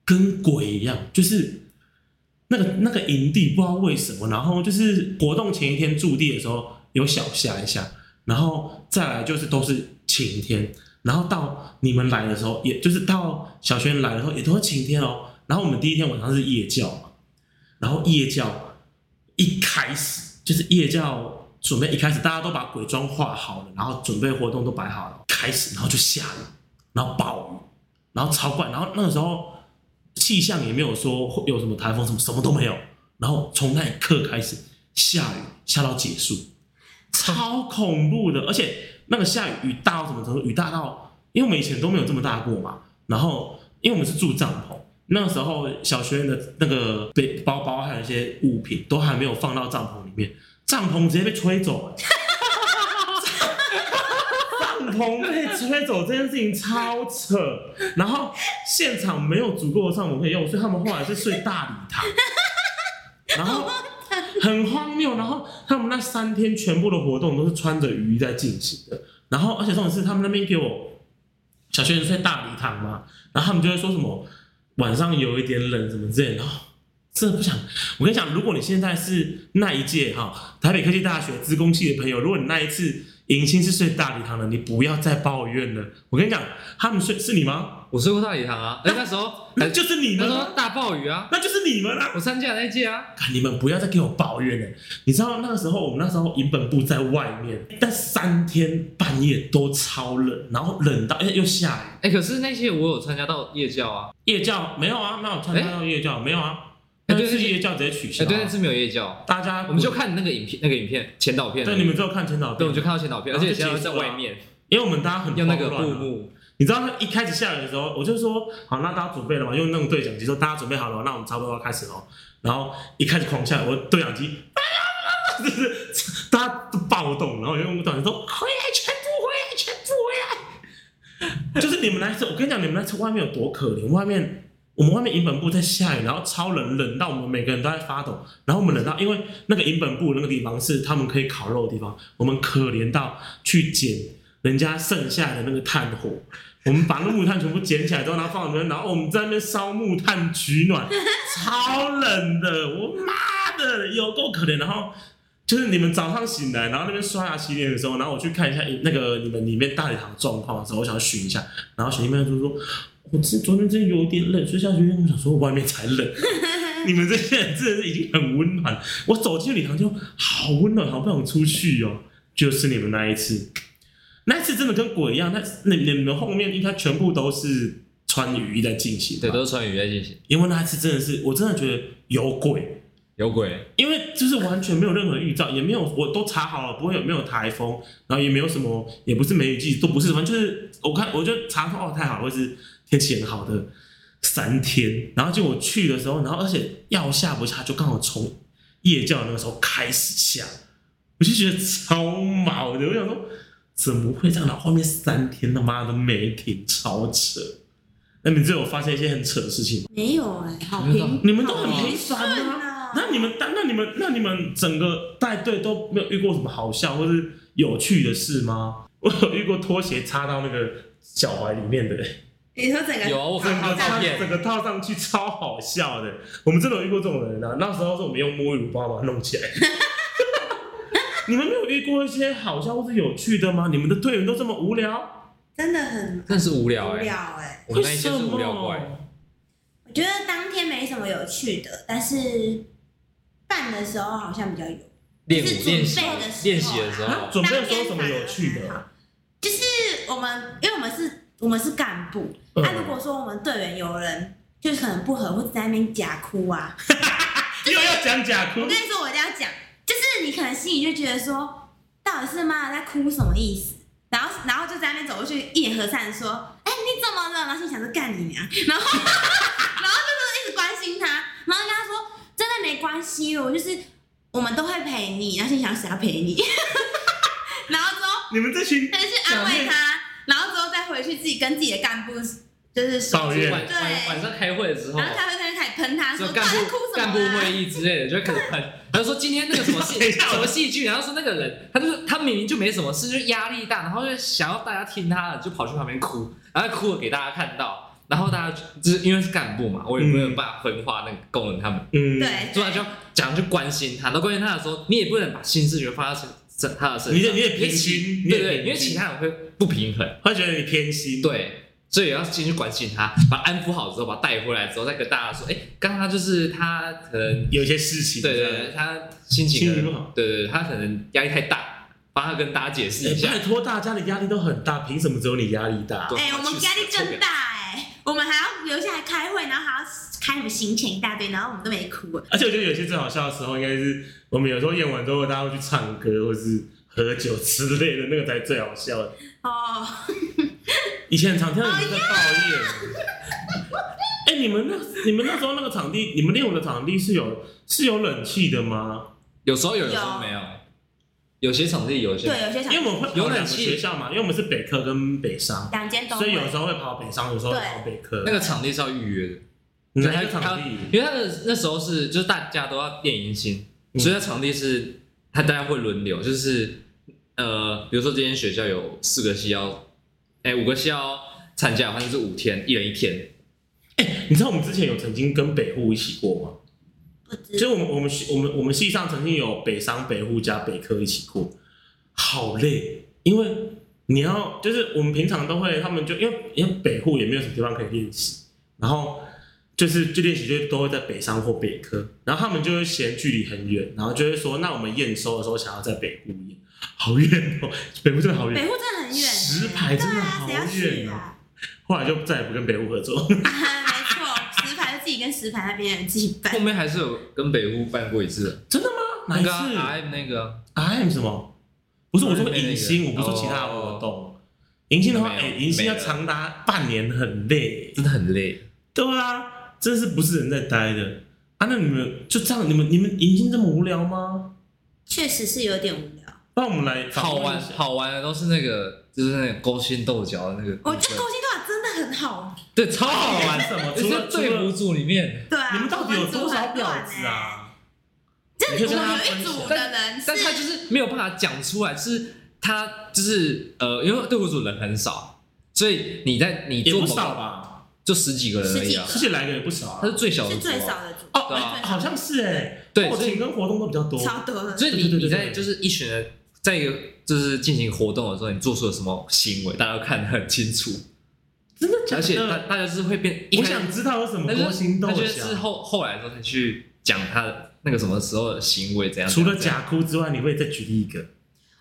Speaker 2: 跟鬼一样，就是那个那个营地不知道为什么，然后就是活动前一天驻地的时候有小下一下，然后再来就是都是晴天，然后到你们来的时候，也就是到小轩来的时候也都是晴天哦。然后我们第一天晚上是夜教嘛，然后夜教一开始就是夜教准备一开始大家都把鬼妆画好了，然后准备活动都摆好了，开始然后就下了。然后暴雨，然后超怪，然后那个时候气象也没有说会有什么台风什么什么都没有，然后从那一刻开始下雨下到结束，超恐怖的，而且那个下雨雨大到什么程度？雨大到，因为我们以前都没有这么大过嘛，然后因为我们是住帐篷。那时候小学院的那个背包包还有一些物品都还没有放到帐篷里面，帐篷直接被吹走了。帐篷被吹走这件事情超扯，然后现场没有足够的帐篷可以用，所以他们后来是睡大礼堂，然后很荒谬。然后他们那三天全部的活动都是穿着雨衣在进行的，然后而且重点是他们那边给我小学生睡大礼堂嘛，然后他们就会说什么晚上有一点冷什么之类的，然后真的不想。我跟你讲，如果你现在是那一届哈台北科技大学资工系的朋友，如果你那一次迎新是睡大礼堂的，你不要再抱怨了。我跟你讲，他们睡是你吗？
Speaker 3: 我睡过大礼堂啊，哎、那时候
Speaker 2: 那
Speaker 3: 还
Speaker 2: 就是你
Speaker 3: 那
Speaker 2: 们
Speaker 3: 时
Speaker 2: 啊，
Speaker 3: 候大暴雨啊，
Speaker 2: 那就是你们啊！
Speaker 3: 我参加的那一届啊，
Speaker 2: 你们不要再给我抱怨了。你知道那个时候，我们那时候营本部在外面，但三天半夜都超冷，然后冷到哎又下雨。
Speaker 3: 哎、可是那届我有参加到夜教啊，
Speaker 2: 夜教没有啊，没有参加到夜教，没有啊。
Speaker 3: 哎
Speaker 2: 那
Speaker 3: 对
Speaker 2: 次
Speaker 3: 对
Speaker 2: 夜教直接取
Speaker 3: 哎、
Speaker 2: 消啊、
Speaker 3: 对，那次没有夜教，
Speaker 2: 大家
Speaker 3: 我们就看那个影片，那个影片前导片，
Speaker 2: 对你们只有看前导片，
Speaker 3: 对，我们就看到前导片，而
Speaker 2: 然后
Speaker 3: 且
Speaker 2: 就
Speaker 3: 前导
Speaker 2: 结
Speaker 3: 片在
Speaker 2: 束了啊
Speaker 3: 外面，
Speaker 2: 因为我们大家很
Speaker 3: 用那个
Speaker 2: 慌乱啊
Speaker 3: 布幕，
Speaker 2: 你知道他一开始下雨的时候，我就说好，那大家准备了吗？用那种对讲机说大家准备好了吗，那我们差不多要开始哦。然后一开始狂下雨，我对讲机，就是大家都暴动，然后我就用对讲机说回来，全部回来，全部回来。就是你们那次，我跟你讲，你们那次外面有多可怜，外面。我们外面营本部在下雨，然后超冷，冷到我们每个人都在发抖。然后我们冷到，因为那个营本部那个地方是他们可以烤肉的地方，我们可怜到去捡人家剩下的那个炭火，我们把那木炭全部捡起来之后，然后放里面，然后我们在那边烧木炭取暖，超冷的，我妈的，有够可怜。然后就是你们早上醒来，然后那边刷牙洗脸的时候，然后我去看一下那个你们里面大礼堂状况的时候，我想寻一下，然后学弟妹就说：“我这昨天真的有点冷，所以下学期我想说外面才冷。”你们这些人真的是已经很温暖了，我走进礼堂就好温暖，好不想出去哦。就是你们那一次，那一次真的跟鬼一样。那你你们后面应该全部都是穿雨衣在进行吧，
Speaker 3: 对，都是穿雨在进行，
Speaker 2: 因为那一次真的是，我真的觉得有鬼，
Speaker 3: 有鬼，
Speaker 2: 因为就是完全没有任何预兆，也没有我都查好了，不会有没有台风，然后也没有什么，也不是梅雨季，都不是什么，就是我看我就查说哦太好了，或是天气很好的三天，然后结果去的时候，然后而且要下不下就刚好从夜教那个时候开始下，我就觉得超毛的，我想说怎么会这样？然后后面三天他妈都没停，超扯。那你这有发生一些很扯的事情吗？
Speaker 4: 没有哎、好平，哦
Speaker 2: 你们都很
Speaker 4: 好
Speaker 2: 平凡啊
Speaker 4: 顺啊
Speaker 2: 那你们那你们那你们整个带队都没有遇过什么好笑或是有趣的事吗？ 我有遇过拖鞋插到那个脚踝里面的，
Speaker 4: 你说整个
Speaker 3: 有啊，我看
Speaker 2: 整个
Speaker 3: 到照
Speaker 2: 套
Speaker 3: 片
Speaker 2: 整，个套上去超好笑的。我们真的有遇过这种人啊！那时候是我们用沐浴乳帮他把它弄起来。 你们没有遇过一些好笑或是有趣的吗？你们的队员都这么无聊？
Speaker 4: 真的很
Speaker 3: 真的是无聊
Speaker 4: 无
Speaker 3: 哎、
Speaker 4: 聊哎、
Speaker 3: 我那一届是无聊
Speaker 2: 为什
Speaker 3: 怪，
Speaker 2: 么
Speaker 4: 我我觉得当天没什么有趣的，但是办的时候好像比较有。
Speaker 3: 练
Speaker 4: 是
Speaker 3: 舞
Speaker 4: 准
Speaker 3: 练习
Speaker 4: 备的时候
Speaker 3: 练习的时候
Speaker 2: 啊，准备有说什么有趣
Speaker 4: 当天反而还
Speaker 2: 的
Speaker 4: 好？就是我们，因为我们是，我们是干部。那、
Speaker 2: 嗯
Speaker 4: 如果说我们队员有人就是可能不合，或者在那边假哭啊，
Speaker 2: 呃又要讲假哭
Speaker 4: 我跟你说，我一定要讲，就是你可能心里就觉得说，到底是妈妈在哭什么意思？然后，然后就在那边走过去，一脸和善地说：“哎、你怎么了？”然后心里想说：“干你娘！”然后， 然后就是一直关心他，然后跟他说：“真的没关系，我就是我们都会陪你。”然后心里想谁要陪你？ 然后之后
Speaker 2: 你们这 群
Speaker 4: 再去安慰他，然后之后再回去自己跟自己的干部就是说，
Speaker 2: 抱
Speaker 3: 晚
Speaker 2: 怨
Speaker 3: 晚
Speaker 4: 对
Speaker 3: 晚上开会的时候
Speaker 4: 然，后他会在那开始喷他
Speaker 3: 就
Speaker 4: 说：“到
Speaker 3: 干
Speaker 4: 底在哭
Speaker 3: 部
Speaker 4: 什么、啊？”
Speaker 3: 干部会议之类的，就会开始喷。然后说今天那个什么
Speaker 2: 等一
Speaker 3: 戏
Speaker 2: 下
Speaker 3: 什么戏剧，然后说那个人他就是他明明就没什么事，就是压力大，然后就想要大家听他的，就跑去旁边哭，然后哭了给大家看到。然后大家就就是因为是干部嘛，我也没有办法分化那个功能他们，
Speaker 2: 嗯，
Speaker 4: 对，
Speaker 3: 所以他就讲去关心他。那关心他的时候，你也不能把心思全部放在身他的身上，
Speaker 2: 你也你也
Speaker 3: 因为其
Speaker 2: 偏心你
Speaker 3: 对
Speaker 2: 也
Speaker 3: 对，
Speaker 2: 偏
Speaker 3: 因为
Speaker 2: 心嗯
Speaker 3: 其他人会不平衡。
Speaker 2: 会觉得你偏心。
Speaker 3: 对，所以要先去关心他，把他安抚好之后，把他带回来之后，再跟大家说，哎，刚刚他就是他可能，
Speaker 2: 有一些事情，
Speaker 3: 对对对，他心情
Speaker 2: 心
Speaker 3: 可
Speaker 2: 情
Speaker 3: 能
Speaker 2: 不好
Speaker 3: 对对对，他可能压力太大，帮他跟大家解释一
Speaker 2: 哎
Speaker 3: 下。
Speaker 2: 拜托大家的压力都很大，凭什么只有你压力大？
Speaker 3: 对
Speaker 4: 哎、我们压力更。大哎、我们还要留下来开会，然后还要开什么行前一大堆，然后我们都没哭。
Speaker 2: 而且我觉得有些最好笑的时候，应该是我们有时候演完之后，大家会去唱歌或是喝酒之类的，那个才最好笑的。
Speaker 4: 哦，
Speaker 2: 以前常听到你们在抱怨。 哎、你们那、你们那时候那个场地，你们练舞的场地是有是有冷气的吗？
Speaker 3: 有时候有，有时候没有，有些场地有些
Speaker 4: 对，有些小
Speaker 2: 因为我们会
Speaker 3: 有
Speaker 2: 跑两
Speaker 3: 冷
Speaker 2: 个
Speaker 3: 气
Speaker 2: 学校嘛，因为我们是北科跟北商，
Speaker 4: 两间都
Speaker 2: 所以有
Speaker 4: 会
Speaker 2: 时候会跑北商，有时候会跑北科
Speaker 3: 那。个场地是要预约的，
Speaker 2: 哪
Speaker 3: 对
Speaker 2: 个
Speaker 3: 他
Speaker 2: 场地？
Speaker 3: 因为他的那时候是就是大家都要练迎新，
Speaker 2: 嗯
Speaker 3: 所以他场地是他大家会轮流，就是呃，比如说这间学校有四个系要，哎、五个系要参加，反正是五天，一人一天。
Speaker 2: 你知道我们之前有曾经跟北户一起过吗？
Speaker 4: 不知
Speaker 2: 就我们我们系我们我们系上曾经有北商、北户加北科一起过，好累，因为你要就是我们平常都会，他们就因为因为北户也没有什么地方可以练习，然后就是就练习就都会在北商或北科，然后他们就会嫌距离很远，然后就会说那我们验收的时候想要在北户验，好远哦，北户真的好远，
Speaker 4: 北户真的很远、欸，
Speaker 2: 石牌真的
Speaker 4: 对啊，
Speaker 2: 好
Speaker 4: 谁要去
Speaker 2: 远哦
Speaker 4: 啊？
Speaker 2: 后来就再也不跟北户合作。
Speaker 4: 没错，石牌就自己跟石牌那边人自己办
Speaker 3: 后。面还是有跟北户办过一次的，
Speaker 2: 哪一
Speaker 3: 那个啊
Speaker 2: 次
Speaker 3: RM 那个啊
Speaker 2: RM 哎什么？不是我说
Speaker 3: 那个
Speaker 2: 迎新，我不是说其他活动。迎新的话，
Speaker 3: 没
Speaker 2: 哎、
Speaker 3: 有
Speaker 2: 迎新要
Speaker 3: 没了
Speaker 2: 长达半年，很累。
Speaker 3: 真的很累。
Speaker 2: 对啊，真是不是人在待的啊？那你们就这样，你们你们迎新这么无聊吗？
Speaker 4: 确实是有点无聊。
Speaker 2: 那我们来访
Speaker 3: 好
Speaker 2: 问
Speaker 3: 玩
Speaker 2: 一下
Speaker 3: 好玩的都是那个，就是那个勾心斗角的那个部
Speaker 4: 我
Speaker 3: 分，
Speaker 4: 觉得勾心斗角真的很好，
Speaker 3: 对超好
Speaker 2: 玩
Speaker 3: 玩。
Speaker 2: 什么？
Speaker 3: 就
Speaker 2: 除了
Speaker 3: 是
Speaker 2: 除
Speaker 3: 队
Speaker 2: 了
Speaker 3: 服组里面，
Speaker 4: 对啊。
Speaker 2: 你们到底有多少
Speaker 4: 我们组很乱
Speaker 2: 婊子
Speaker 4: 欸？
Speaker 2: 啊？
Speaker 4: 就
Speaker 2: 你可以
Speaker 4: 是
Speaker 2: 跟大
Speaker 4: 我们
Speaker 2: 家
Speaker 4: 有
Speaker 2: 分享
Speaker 4: 一组的人是，
Speaker 3: 但他就是没有办法讲出来，就是他就是呃，因为队伍组人很少，所以你在你
Speaker 2: 也
Speaker 3: 做
Speaker 2: 不
Speaker 3: 某
Speaker 2: 少
Speaker 3: 个
Speaker 2: 吧？
Speaker 3: 就十几个人而已啊
Speaker 4: 十，
Speaker 2: 而且来的也不少、
Speaker 3: 他
Speaker 2: 啊
Speaker 3: 是。最小的
Speaker 4: 是
Speaker 3: 组啊
Speaker 4: 最少的组，
Speaker 2: 哦，
Speaker 3: 对啊
Speaker 2: 哎好像是哎、
Speaker 3: 对
Speaker 2: 后
Speaker 3: 所以
Speaker 2: 勤跟活动都比较多。
Speaker 4: 超多的。
Speaker 3: 所以
Speaker 2: 对
Speaker 3: 你
Speaker 2: 对对对
Speaker 3: 你在
Speaker 2: 对
Speaker 3: 就是一群人在一个就是进行活动的时候，你做出了什么行为，大家都看得很清楚，
Speaker 2: 真的假
Speaker 3: 而且大
Speaker 2: 的？
Speaker 3: 大家就是会变，一
Speaker 2: 我
Speaker 3: 开始
Speaker 2: 想知道有什么
Speaker 3: 但
Speaker 2: 勾
Speaker 3: 是
Speaker 2: 心斗
Speaker 3: 他就是
Speaker 2: 角
Speaker 3: 是。后后来的时候才去讲他那个什么时候的行为怎样，
Speaker 2: 除了
Speaker 3: 怎样，
Speaker 2: 假哭之外，你会再举例一个？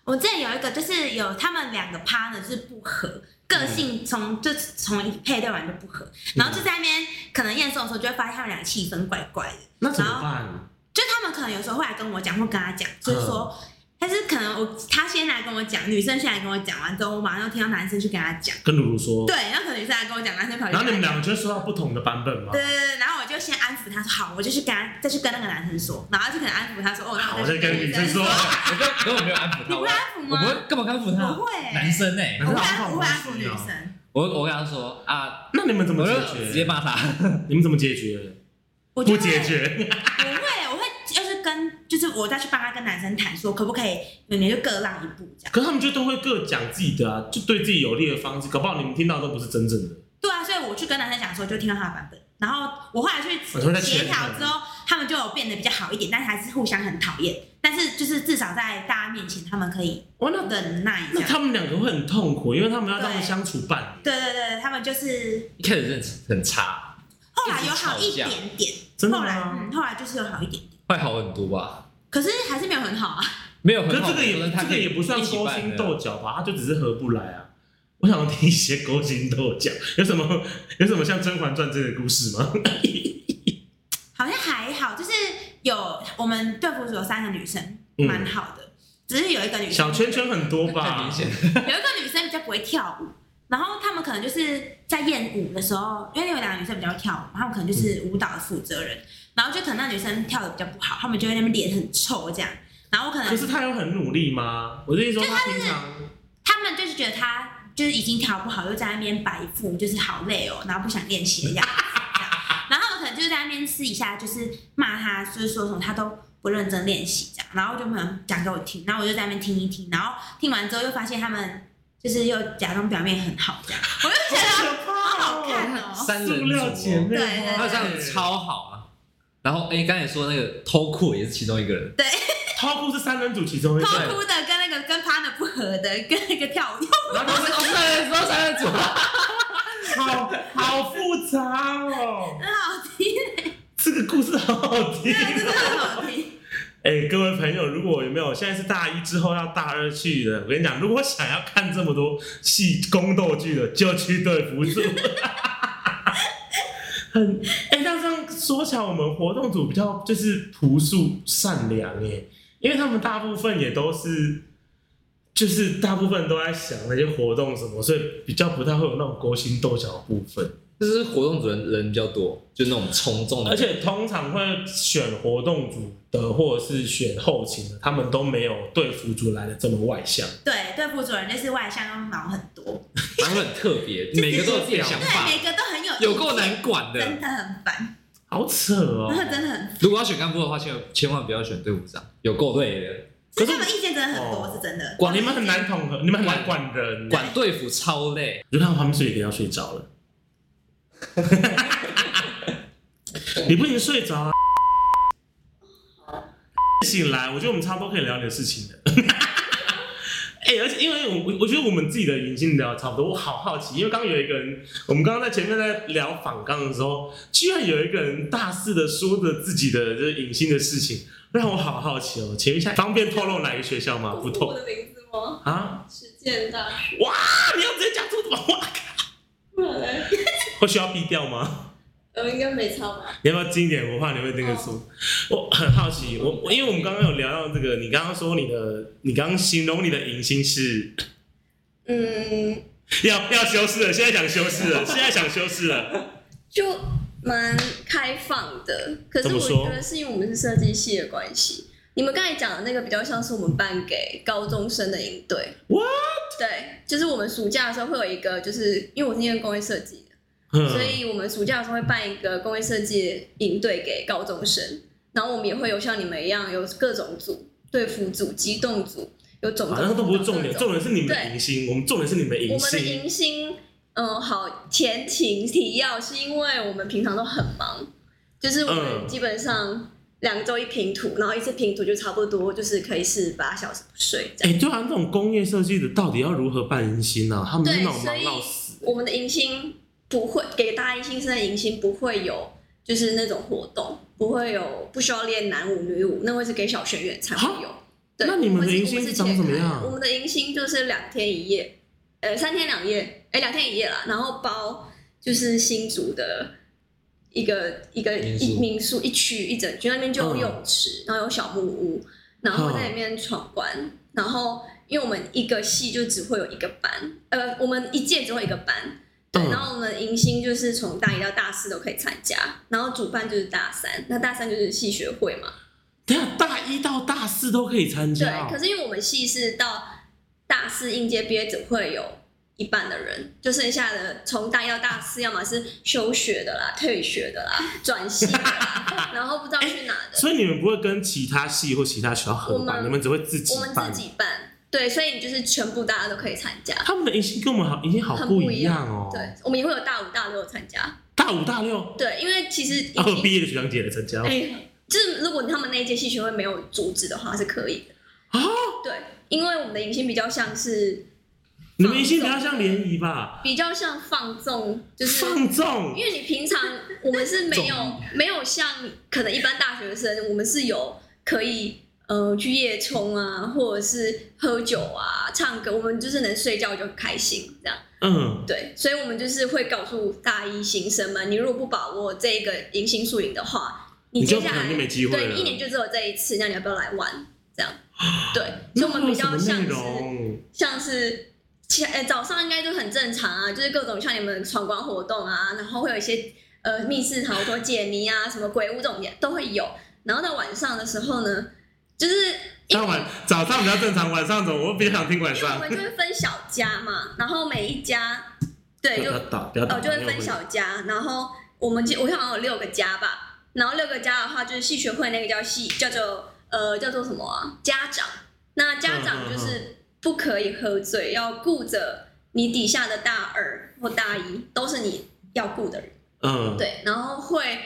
Speaker 4: 我这里有一个，就是有他们两个 partner 就是不合，个性从就从一配对完就不合，然后就在那边可能验收的时候就会发现他们俩气氛怪怪的，
Speaker 2: 那怎么办？
Speaker 4: 就他们可能有时候会来跟我讲或跟他讲，就是说。
Speaker 2: 嗯
Speaker 4: 但是可能我他先来跟我讲，女生先来跟我讲完之后，我马上就听到男生去跟他讲，
Speaker 2: 跟露露说
Speaker 4: 对，，然后可能女生来跟我讲，男生跑去
Speaker 2: 然后你们
Speaker 4: 跟他
Speaker 2: 两
Speaker 4: 讲
Speaker 2: 个就收到不同的版本吗
Speaker 4: 对？对对，然后我就先安抚他说哦好，我就去跟他再去跟那个男生说，然后就可能安抚他说哦，那
Speaker 2: 好，我再跟女生说，
Speaker 3: 我根根本没有安抚
Speaker 4: 你
Speaker 3: 他，
Speaker 4: 不
Speaker 3: 我
Speaker 4: 会安抚
Speaker 3: 我不
Speaker 4: 吗？
Speaker 3: 会干嘛安抚
Speaker 4: 我
Speaker 3: 他，
Speaker 4: 会欸，
Speaker 3: 男生呢、
Speaker 4: 我会安
Speaker 2: 好
Speaker 4: 抚我
Speaker 2: 啊好
Speaker 4: 会安抚
Speaker 2: 好哦
Speaker 4: 女
Speaker 2: 好
Speaker 4: 生。
Speaker 3: 我我跟他说啊，
Speaker 2: 那你们怎么
Speaker 3: 我就
Speaker 2: 解
Speaker 3: 直接
Speaker 2: 决？
Speaker 3: 骂他，
Speaker 2: 你们怎么解决？
Speaker 4: 我
Speaker 2: 不
Speaker 4: 就
Speaker 2: 解
Speaker 4: 会，
Speaker 2: 决，
Speaker 4: 我会，我会就是跟，就是我再去帮他跟男生谈说，可不可以，你就各让一步这样。
Speaker 2: 可是他们就都会各讲自己的啊，就对自己有利的方式，搞不好你们听到都不是真正的。
Speaker 4: 对啊，所以我去跟男生讲的时候，就听到他的版本，然后我后来去
Speaker 2: 我说在
Speaker 4: 协调之后，他们就有变得比较好一点，但是还是互相很讨厌，但是就是至少在大家面前，他们可以
Speaker 2: 哇，那
Speaker 4: 忍耐这
Speaker 2: 那
Speaker 4: 样。
Speaker 2: 他们两个会很痛苦，因为他们要这样
Speaker 4: 对
Speaker 2: 相处半年。
Speaker 4: 对对对，他们就是
Speaker 3: 一开始认识很差，
Speaker 4: 后后来有好一
Speaker 3: 一直吵架
Speaker 4: 点点，
Speaker 2: 真的
Speaker 4: 后来
Speaker 2: 吗？
Speaker 4: 嗯，后来就是有好一点点，
Speaker 3: 会好很多吧？
Speaker 4: 可是还是没有很好啊。
Speaker 3: 没有
Speaker 2: 可
Speaker 3: 很
Speaker 2: 是
Speaker 3: 好，
Speaker 2: 这个也
Speaker 3: 可是他
Speaker 2: 这
Speaker 3: 可
Speaker 2: 个
Speaker 3: 以
Speaker 2: 也不算
Speaker 3: 一起
Speaker 2: 勾
Speaker 3: 办
Speaker 2: 心
Speaker 3: 的
Speaker 2: 斗角吧，他就只是合不来啊。我想听一些勾心斗角，有什么有什么像《甄嬛传》这类的故事吗？
Speaker 4: 好像还好，就是有我们队服组有三个女生，
Speaker 2: 嗯
Speaker 4: 蛮好的。只是有一个女生，
Speaker 2: 小圈圈很多
Speaker 3: 太明
Speaker 2: 吧？啊
Speaker 3: 显了。
Speaker 4: 有一个女生比较不会跳舞，然后她们可能就是在练舞的时候，因为有两个女生比较会跳舞，她们可能就是舞蹈的负责人，然后就可能那女生跳的比较不好，她们就会那边脸很臭这样，然后我可能
Speaker 2: 可是他有很努力吗？我的意思说他平常
Speaker 4: 他们就是觉得他就是已经调不好，又在那边摆一副就是好累哦，然后不想练习的样子。这样然后我可能就在那边私底下就是骂他，就是说什么他都不认真练习这样，然后就没有讲给我听，然后我就在那边听一听，然后听完之后又发现他们就是又假装表面很好这样，我就觉得
Speaker 2: 可怕
Speaker 4: 好好
Speaker 2: 哦
Speaker 4: 看哦。
Speaker 3: 三
Speaker 2: 塑
Speaker 3: 人
Speaker 2: 料姐
Speaker 3: 组
Speaker 2: 妹花，
Speaker 4: 对对对
Speaker 3: 他这样超好啊。然后哎，刚才说那个偷库也是其中一个人，
Speaker 2: 超酷是三人组其中一
Speaker 4: 偷
Speaker 2: 个，
Speaker 4: 哭的跟那个跟 partner 不合的，跟那个跳舞，
Speaker 3: 然后都是哦三人组，三人组，
Speaker 2: 好好复杂哦。
Speaker 4: 很好听，
Speaker 2: 这个故事好好听
Speaker 4: 对，真
Speaker 2: 哦。
Speaker 4: 的很好 听。
Speaker 2: 哎、各位朋友，如果有没有现在是大一之后要大二去的，我跟你讲，如果想要看这么多戏宫斗剧的，就去对福组。 很哎、那这样说起来，我们活动组比较就是朴素善良耶，因为他们大部分也都是，就是大部分都在想那些活动什么，所以比较不太会有那种勾心斗角的部分。
Speaker 3: 就是活动组人人比较多，就那种从众的，
Speaker 2: 而且通常会选活动组的，或者是选后勤的，他们都没有对服组来的这么外向。
Speaker 4: 对，对副主人就是外向又毛很多，
Speaker 3: 然后很特别，每个都有自己的想
Speaker 4: 对，
Speaker 3: 法，
Speaker 4: 每个都很有
Speaker 3: 有
Speaker 4: 意
Speaker 3: 够
Speaker 4: 见
Speaker 3: 难管
Speaker 4: 真
Speaker 3: 的。
Speaker 4: 的很烦，
Speaker 2: 好扯哦
Speaker 4: 真！的真的很，
Speaker 3: 如果要选干部的话，千万千万不要选队伍长，有够累的，
Speaker 2: 可
Speaker 4: 是
Speaker 2: 是
Speaker 4: 他们意见真的很多，
Speaker 2: 哦
Speaker 4: 是真的。
Speaker 2: 管你们很难统合，你们很难管人。
Speaker 3: 管队服超累。
Speaker 2: 我就看旁边睡一个要睡着了，你不能睡着啊！醒来，我觉得我们差不多可以聊点事情的。哎、而且因为我我我觉得我们自己的已经聊得差不多，我好好奇，因为刚刚有一个人，我们刚刚在前面在聊反纲的时候，居然有一个人大肆的说着自己的这隐性的事情，让我好好奇哦。请问一下，方便透露哪个学校啊吗？不
Speaker 1: 透我
Speaker 2: 透
Speaker 1: 的名字吗？
Speaker 2: 啊？
Speaker 1: 实践大学，
Speaker 2: 啊！你要直接讲出什么话？
Speaker 1: 不然嘞
Speaker 2: 会需要逼掉吗？
Speaker 1: 呃，应该没差吧？
Speaker 2: 你要不要经典文化？你会那个书？
Speaker 1: 哦
Speaker 2: 我很好奇，我我因为我们刚刚有聊到这个，你刚刚说你的，你刚刚形容你的迎新是
Speaker 1: 嗯，
Speaker 2: 要要修饰了，现在想修 饰了，现在想修饰了。
Speaker 1: 就蛮开放的，可
Speaker 2: 怎
Speaker 1: 是
Speaker 2: 么
Speaker 1: 我
Speaker 2: 说
Speaker 1: 觉得是因为我们是设计系的关系。你们刚才讲的那个比较像是我们办给高中生的营队。
Speaker 2: What？
Speaker 1: 对，就是我们暑假的时候会有一个，就是因为我是念工业设计的。
Speaker 2: 嗯
Speaker 1: 所以我们暑假的时候会办一个工业设计营队给高中生，然后我们也会有像你们一样有各种组，队服组、机动组，有种种。
Speaker 2: 好像都不是重点，
Speaker 1: 各种
Speaker 2: 重点是你们的迎新，我们重点是你们的迎
Speaker 1: 我们的
Speaker 2: 新。
Speaker 1: 迎新，嗯，好，前情提要是因为我们平常都很忙，就是我
Speaker 2: 嗯
Speaker 1: 们基本上两周一平图，然后一次平图就差不多就是可以四十八小时不睡这样。
Speaker 2: 哎、对啊，那种工业设计的到底要如何办迎新呢、啊？他们是
Speaker 1: 对
Speaker 2: 那种
Speaker 1: 所
Speaker 2: 忙
Speaker 1: 以
Speaker 2: 到死。
Speaker 1: 我们的迎新不会给大一新生的迎新不会有就是那种活动，不会有不需要练男舞女舞，那会是给小学员才会有。对，
Speaker 2: 那你们的
Speaker 1: 我是
Speaker 2: 迎新
Speaker 1: 我是
Speaker 2: 长
Speaker 1: 切
Speaker 2: 怎么
Speaker 1: 开的
Speaker 2: 样啊
Speaker 1: 我们的迎新就是两天一夜，呃，三天两夜，哎，两天一夜啦，然后包就是新竹的。一个一个
Speaker 3: 民
Speaker 1: 一
Speaker 3: 宿
Speaker 1: 民宿一区一整区，那边就有
Speaker 2: 嗯
Speaker 1: 泳池，然后有小木屋，然后在里面闯关，然后因为我们一个系就只会有一个班，呃，我们一届只会有一个班，对，
Speaker 2: 嗯
Speaker 1: 然后我们迎新就是从大一到大四都可以参加，然后主办就是大三，那大三就是系学会嘛，
Speaker 2: 等一下啊大一到大四都可以参
Speaker 1: 对
Speaker 2: 加、，
Speaker 1: 可
Speaker 2: 哦，
Speaker 1: 是因为我们系是到大四应届毕业只会有一半的人，就剩下的从大一到大四，要么是休学的啦、退学的啦、 转系的啦，然后不
Speaker 2: 哎
Speaker 1: 知道去哪的，
Speaker 2: 所以你们不会跟其他系或其他学校合
Speaker 1: 我
Speaker 2: 办，
Speaker 1: 们
Speaker 2: 你们只会自己
Speaker 1: 我们
Speaker 2: 办
Speaker 1: 自。己办，对，所以你就是全部大家都可以参加。
Speaker 2: 他们的迎新跟我们好迎新好
Speaker 1: 很
Speaker 2: 不
Speaker 1: 不
Speaker 2: 一
Speaker 1: 一样
Speaker 2: 样哦。
Speaker 1: 对，我们也会有大五、大六参加。
Speaker 2: 大五大六，
Speaker 1: 对，因为其实
Speaker 2: 然后毕业的学长姐来参加
Speaker 1: 哎、就是如果他们那一届系学会没有阻止的话是可以的。
Speaker 2: 啊？
Speaker 1: 对，因为我们的迎新比较像是
Speaker 2: 你们一心不要像联谊吧，
Speaker 1: 比较像放纵，就是
Speaker 2: 放纵
Speaker 1: 因为你平常我们是没 有没有像可能一般大学生，我们是有可以呃去夜冲啊，或者是喝酒啊、唱歌，我们就是能睡觉就很开心这样。
Speaker 2: 嗯，
Speaker 1: 对，所以我们就是会告诉大一新生们，你如果不把握这个迎新宿营的话，
Speaker 2: 你就
Speaker 1: 接
Speaker 2: 可
Speaker 1: 下来
Speaker 2: 能就没机会
Speaker 1: 对
Speaker 2: 了。
Speaker 1: 你一年就只有这一次，那你要不要来玩？这 样，对，所
Speaker 2: 那
Speaker 1: 以我们比
Speaker 2: 有什
Speaker 1: 较
Speaker 2: 么
Speaker 1: 像
Speaker 2: 内
Speaker 1: 是
Speaker 2: 容
Speaker 1: 像是前、呃早上应该就很正常啊，就是各种像你们闯关活动啊，然后会有一些呃密室逃脱、解谜啊、什么鬼屋这种也都会有。然后到晚上的时候呢，就是因
Speaker 2: 但
Speaker 1: 为
Speaker 2: 晚早上比较正常，晚上怎么？我比较想听晚
Speaker 1: 因为我
Speaker 2: 上。
Speaker 1: 们就会分小家嘛，然后每一家对
Speaker 2: 不
Speaker 1: 就
Speaker 2: 要打，不要打，
Speaker 1: 哦，就会分
Speaker 2: 小。
Speaker 1: 小家，然后我们记我想有六个家吧，然后六个家的话就是系学会那个叫系叫做呃叫做什么啊？家长，那家长就
Speaker 2: 嗯
Speaker 1: 是不可以喝醉，要顾着你底下的大二或大一都是你要顾的人，
Speaker 2: 嗯，
Speaker 1: 对，然后会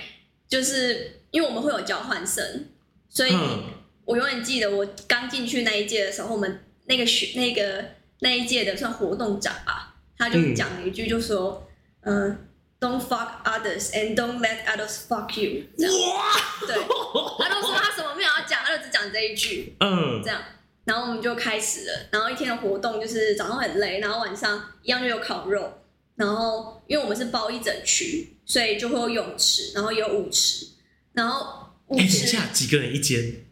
Speaker 1: 就是因为我们会有交换生，所以
Speaker 2: 嗯，
Speaker 1: 我永远记得我刚进去那一届的时候，我们那个学那个那一届的算活动长吧，他就
Speaker 2: 嗯
Speaker 1: 讲了一句，就说，嗯、d o n t fuck others and don't let others fuck you。这样，对，他都说他什么没有要讲，他就只讲这一句，
Speaker 2: 嗯，
Speaker 1: 这样。然后我们就开始了，然后一天的活动就是早上很累，然后晚上一样就有烤肉，然后因为我们是包一整区，所以就会有泳池，然后有舞池，然后舞
Speaker 2: 哎，等一
Speaker 1: 池。
Speaker 2: 下，几个人一间？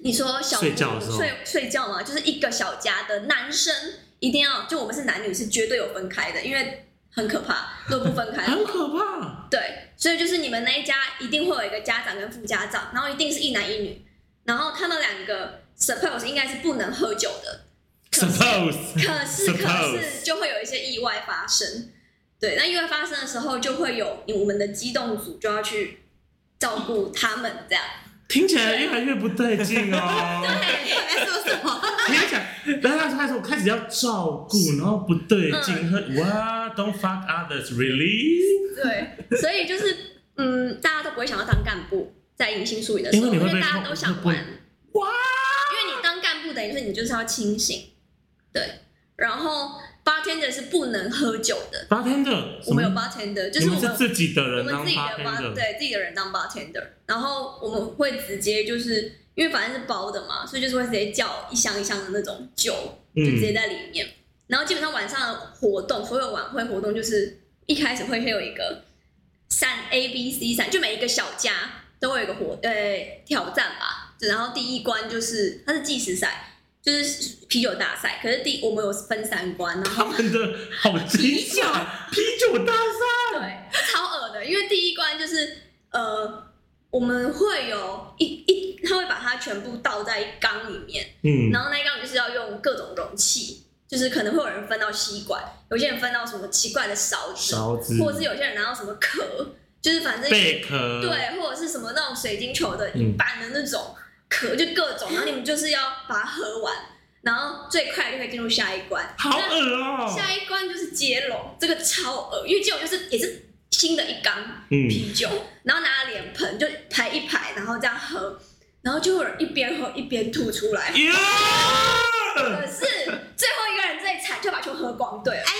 Speaker 1: 你说小
Speaker 2: 睡觉的时候
Speaker 1: 睡睡觉嘛，就是一个小家的男生一定要，就我们是男女是绝对有分开的，因为很可怕，如果不分开
Speaker 2: 很
Speaker 1: 的话，
Speaker 2: 可怕。
Speaker 1: 对，所以就是你们那一家一定会有一个家长跟副家长，然后一定是一男一女，然后他们两个 suppose 应该是不能喝酒的，可是
Speaker 2: Suppose，
Speaker 1: 可 是可
Speaker 2: Suppose
Speaker 1: 是就会有一些意外发生，对，那意外发生的时候就会有我们的机动组就要去照顾他们这 样，
Speaker 2: 听起来越来越不对劲 哦。
Speaker 1: 对。
Speaker 4: 我在说什么？
Speaker 2: 听起来，然后开始我开始要照顾，然后不对劲，
Speaker 1: 嗯
Speaker 2: 喝哇，Don't fuck others, really？
Speaker 1: 对，所以就是嗯，大家都不会想要当干部，在迎新宿营的时
Speaker 2: 因
Speaker 1: 候，
Speaker 2: 为你
Speaker 1: 因
Speaker 2: 会被
Speaker 1: 为大家都想玩，因
Speaker 2: 哇，
Speaker 1: 为你当干部等于是你就是要清醒，对。然后 bartender 是不能喝酒的，
Speaker 2: 八天的，
Speaker 1: 我们有 bartender，就是
Speaker 2: 你
Speaker 1: 我
Speaker 2: 们是
Speaker 1: 们
Speaker 2: 自己的
Speaker 1: 我
Speaker 2: 人
Speaker 1: 们
Speaker 2: 当
Speaker 1: 自己的
Speaker 2: bartender
Speaker 1: 对自己的人当 bartender，然后我们会直接就是因为反正是包的嘛，所以就是会直接叫一箱一箱的那种酒，
Speaker 2: 嗯
Speaker 1: 就直接在里面。然后基本上晚上的活动，所有晚会活动就是一开始会先有一个散 A B C 散，就每一个小家都会有一个活呃挑战吧。就然后第一关就是它是计时赛，就是啤酒大赛。可是第我们有分三关，然
Speaker 2: 他
Speaker 1: 后
Speaker 2: 们的好精彩，啤酒大赛，
Speaker 1: 对，超恶的，因为第一关就是呃，我们会有一一，他会把它全部倒在一缸里面，
Speaker 2: 嗯，
Speaker 1: 然后那一缸就是要用各种容器，就是可能会有人分到吸管，有些人分到什么奇怪的勺子，
Speaker 2: 勺子、
Speaker 1: 或者是有些人拿到什么壳，就是反正
Speaker 2: 贝壳，，
Speaker 1: 对，或者是什么那种水晶球的一
Speaker 2: 嗯
Speaker 1: 般的那种壳，就各种，然后你们就是要把它喝完，然后最快就可以进入下一关。
Speaker 2: 好
Speaker 1: 那
Speaker 2: 恶哦，
Speaker 1: 下一关就是接龙，这个超恶，因为接龙就是也是新的一缸
Speaker 2: 嗯，
Speaker 1: 啤酒，然后拿脸盆就排一排，然后这样喝，然后就有人一边喝一边吐出来。
Speaker 2: 呀，嗯
Speaker 1: 可是最后一个人最惨，就把球喝光，对了，哎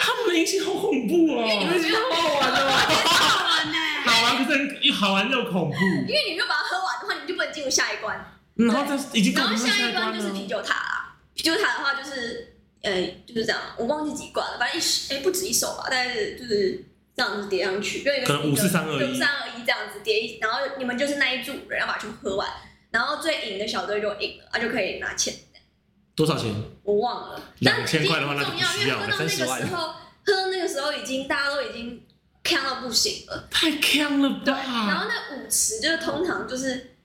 Speaker 2: 他们的音信好恐怖哦，
Speaker 1: 觉得好玩的
Speaker 4: 好玩呢、
Speaker 2: 好玩可是很又好玩又恐怖，嗯
Speaker 1: 因为你没有把它喝完的话，你就不能进入下一关。
Speaker 2: 然后这已经
Speaker 1: 然后
Speaker 2: 到
Speaker 1: 下一关
Speaker 2: 关
Speaker 1: 就是啤
Speaker 2: 了，
Speaker 1: 酒塔啦，啤酒塔的话就是呃就是这样，我忘记几关了，反正一哎、不止一手吧，但是就是这样子叠上去，就一个
Speaker 2: 可能
Speaker 1: 一个
Speaker 2: 543而已
Speaker 1: 对三二一这样子叠一，然后你们就是那一组人要把球喝完，然后最赢的小队就赢了，他就可以拿钱。
Speaker 2: 多少钱？
Speaker 1: 我忘了，但
Speaker 2: 2000块的话那就
Speaker 1: 重
Speaker 2: 不
Speaker 1: 要，因
Speaker 2: 需
Speaker 1: 为
Speaker 2: 要
Speaker 1: 喝到
Speaker 2: 了
Speaker 1: 那个时候，
Speaker 3: 30万
Speaker 1: 喝到那个时候已经大家都已经看到不行了。
Speaker 2: 太坑了
Speaker 1: 对，然
Speaker 2: 吧！
Speaker 1: 后那舞池就是通常就是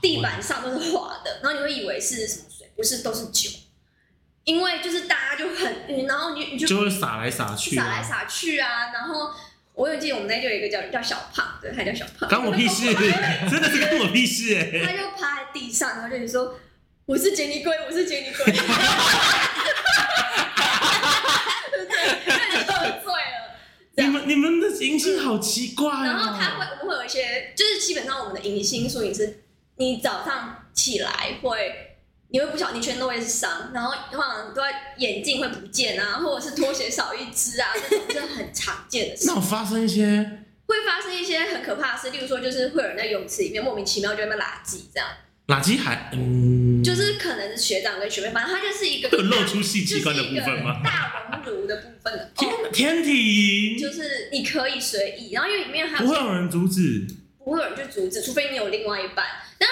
Speaker 1: 地板上都是滑的，然后你会以为是什么水，不是都是酒，因为就是大家就很晕，然后你你就
Speaker 2: 就会撒来撒去
Speaker 1: 撒来
Speaker 2: 啊，
Speaker 1: 撒去啊，然后我有记得我们那就有一个叫叫小胖，对，他叫小胖，
Speaker 2: 关我屁事， 真的是关我屁事 哎！
Speaker 1: 他就趴在地上，然后就说我是杰尼龟，我是杰尼 龟，对 对，他就喝醉了。
Speaker 2: 你们你们的音信好奇怪哦。
Speaker 1: 然后他会，我们会有一些，就是基本上我们的迎新宿营是，你早上起来会你会不小心全身都会是伤，然后通常都在眼镜会不见啊，或者是拖鞋少一只啊，这种真的很常见的事
Speaker 2: 那。我发生一些，
Speaker 1: 会发生一些很可怕的事，例如说就是会有人在泳池里面莫名其妙就在那边拉圾，这样
Speaker 2: 垃圾还嗯，
Speaker 1: 就是可能是学长跟学妹，反正他就是一个
Speaker 2: 有露出性器官的部分吗？？
Speaker 1: 大熔炉的部分的，
Speaker 2: 天
Speaker 1: 哦，
Speaker 2: 天体
Speaker 1: 就是你可以随意，然后因为里面还
Speaker 2: 不
Speaker 1: 有
Speaker 2: 会啊有人阻止，
Speaker 1: 不会有人去阻止，除非你有另外一半。但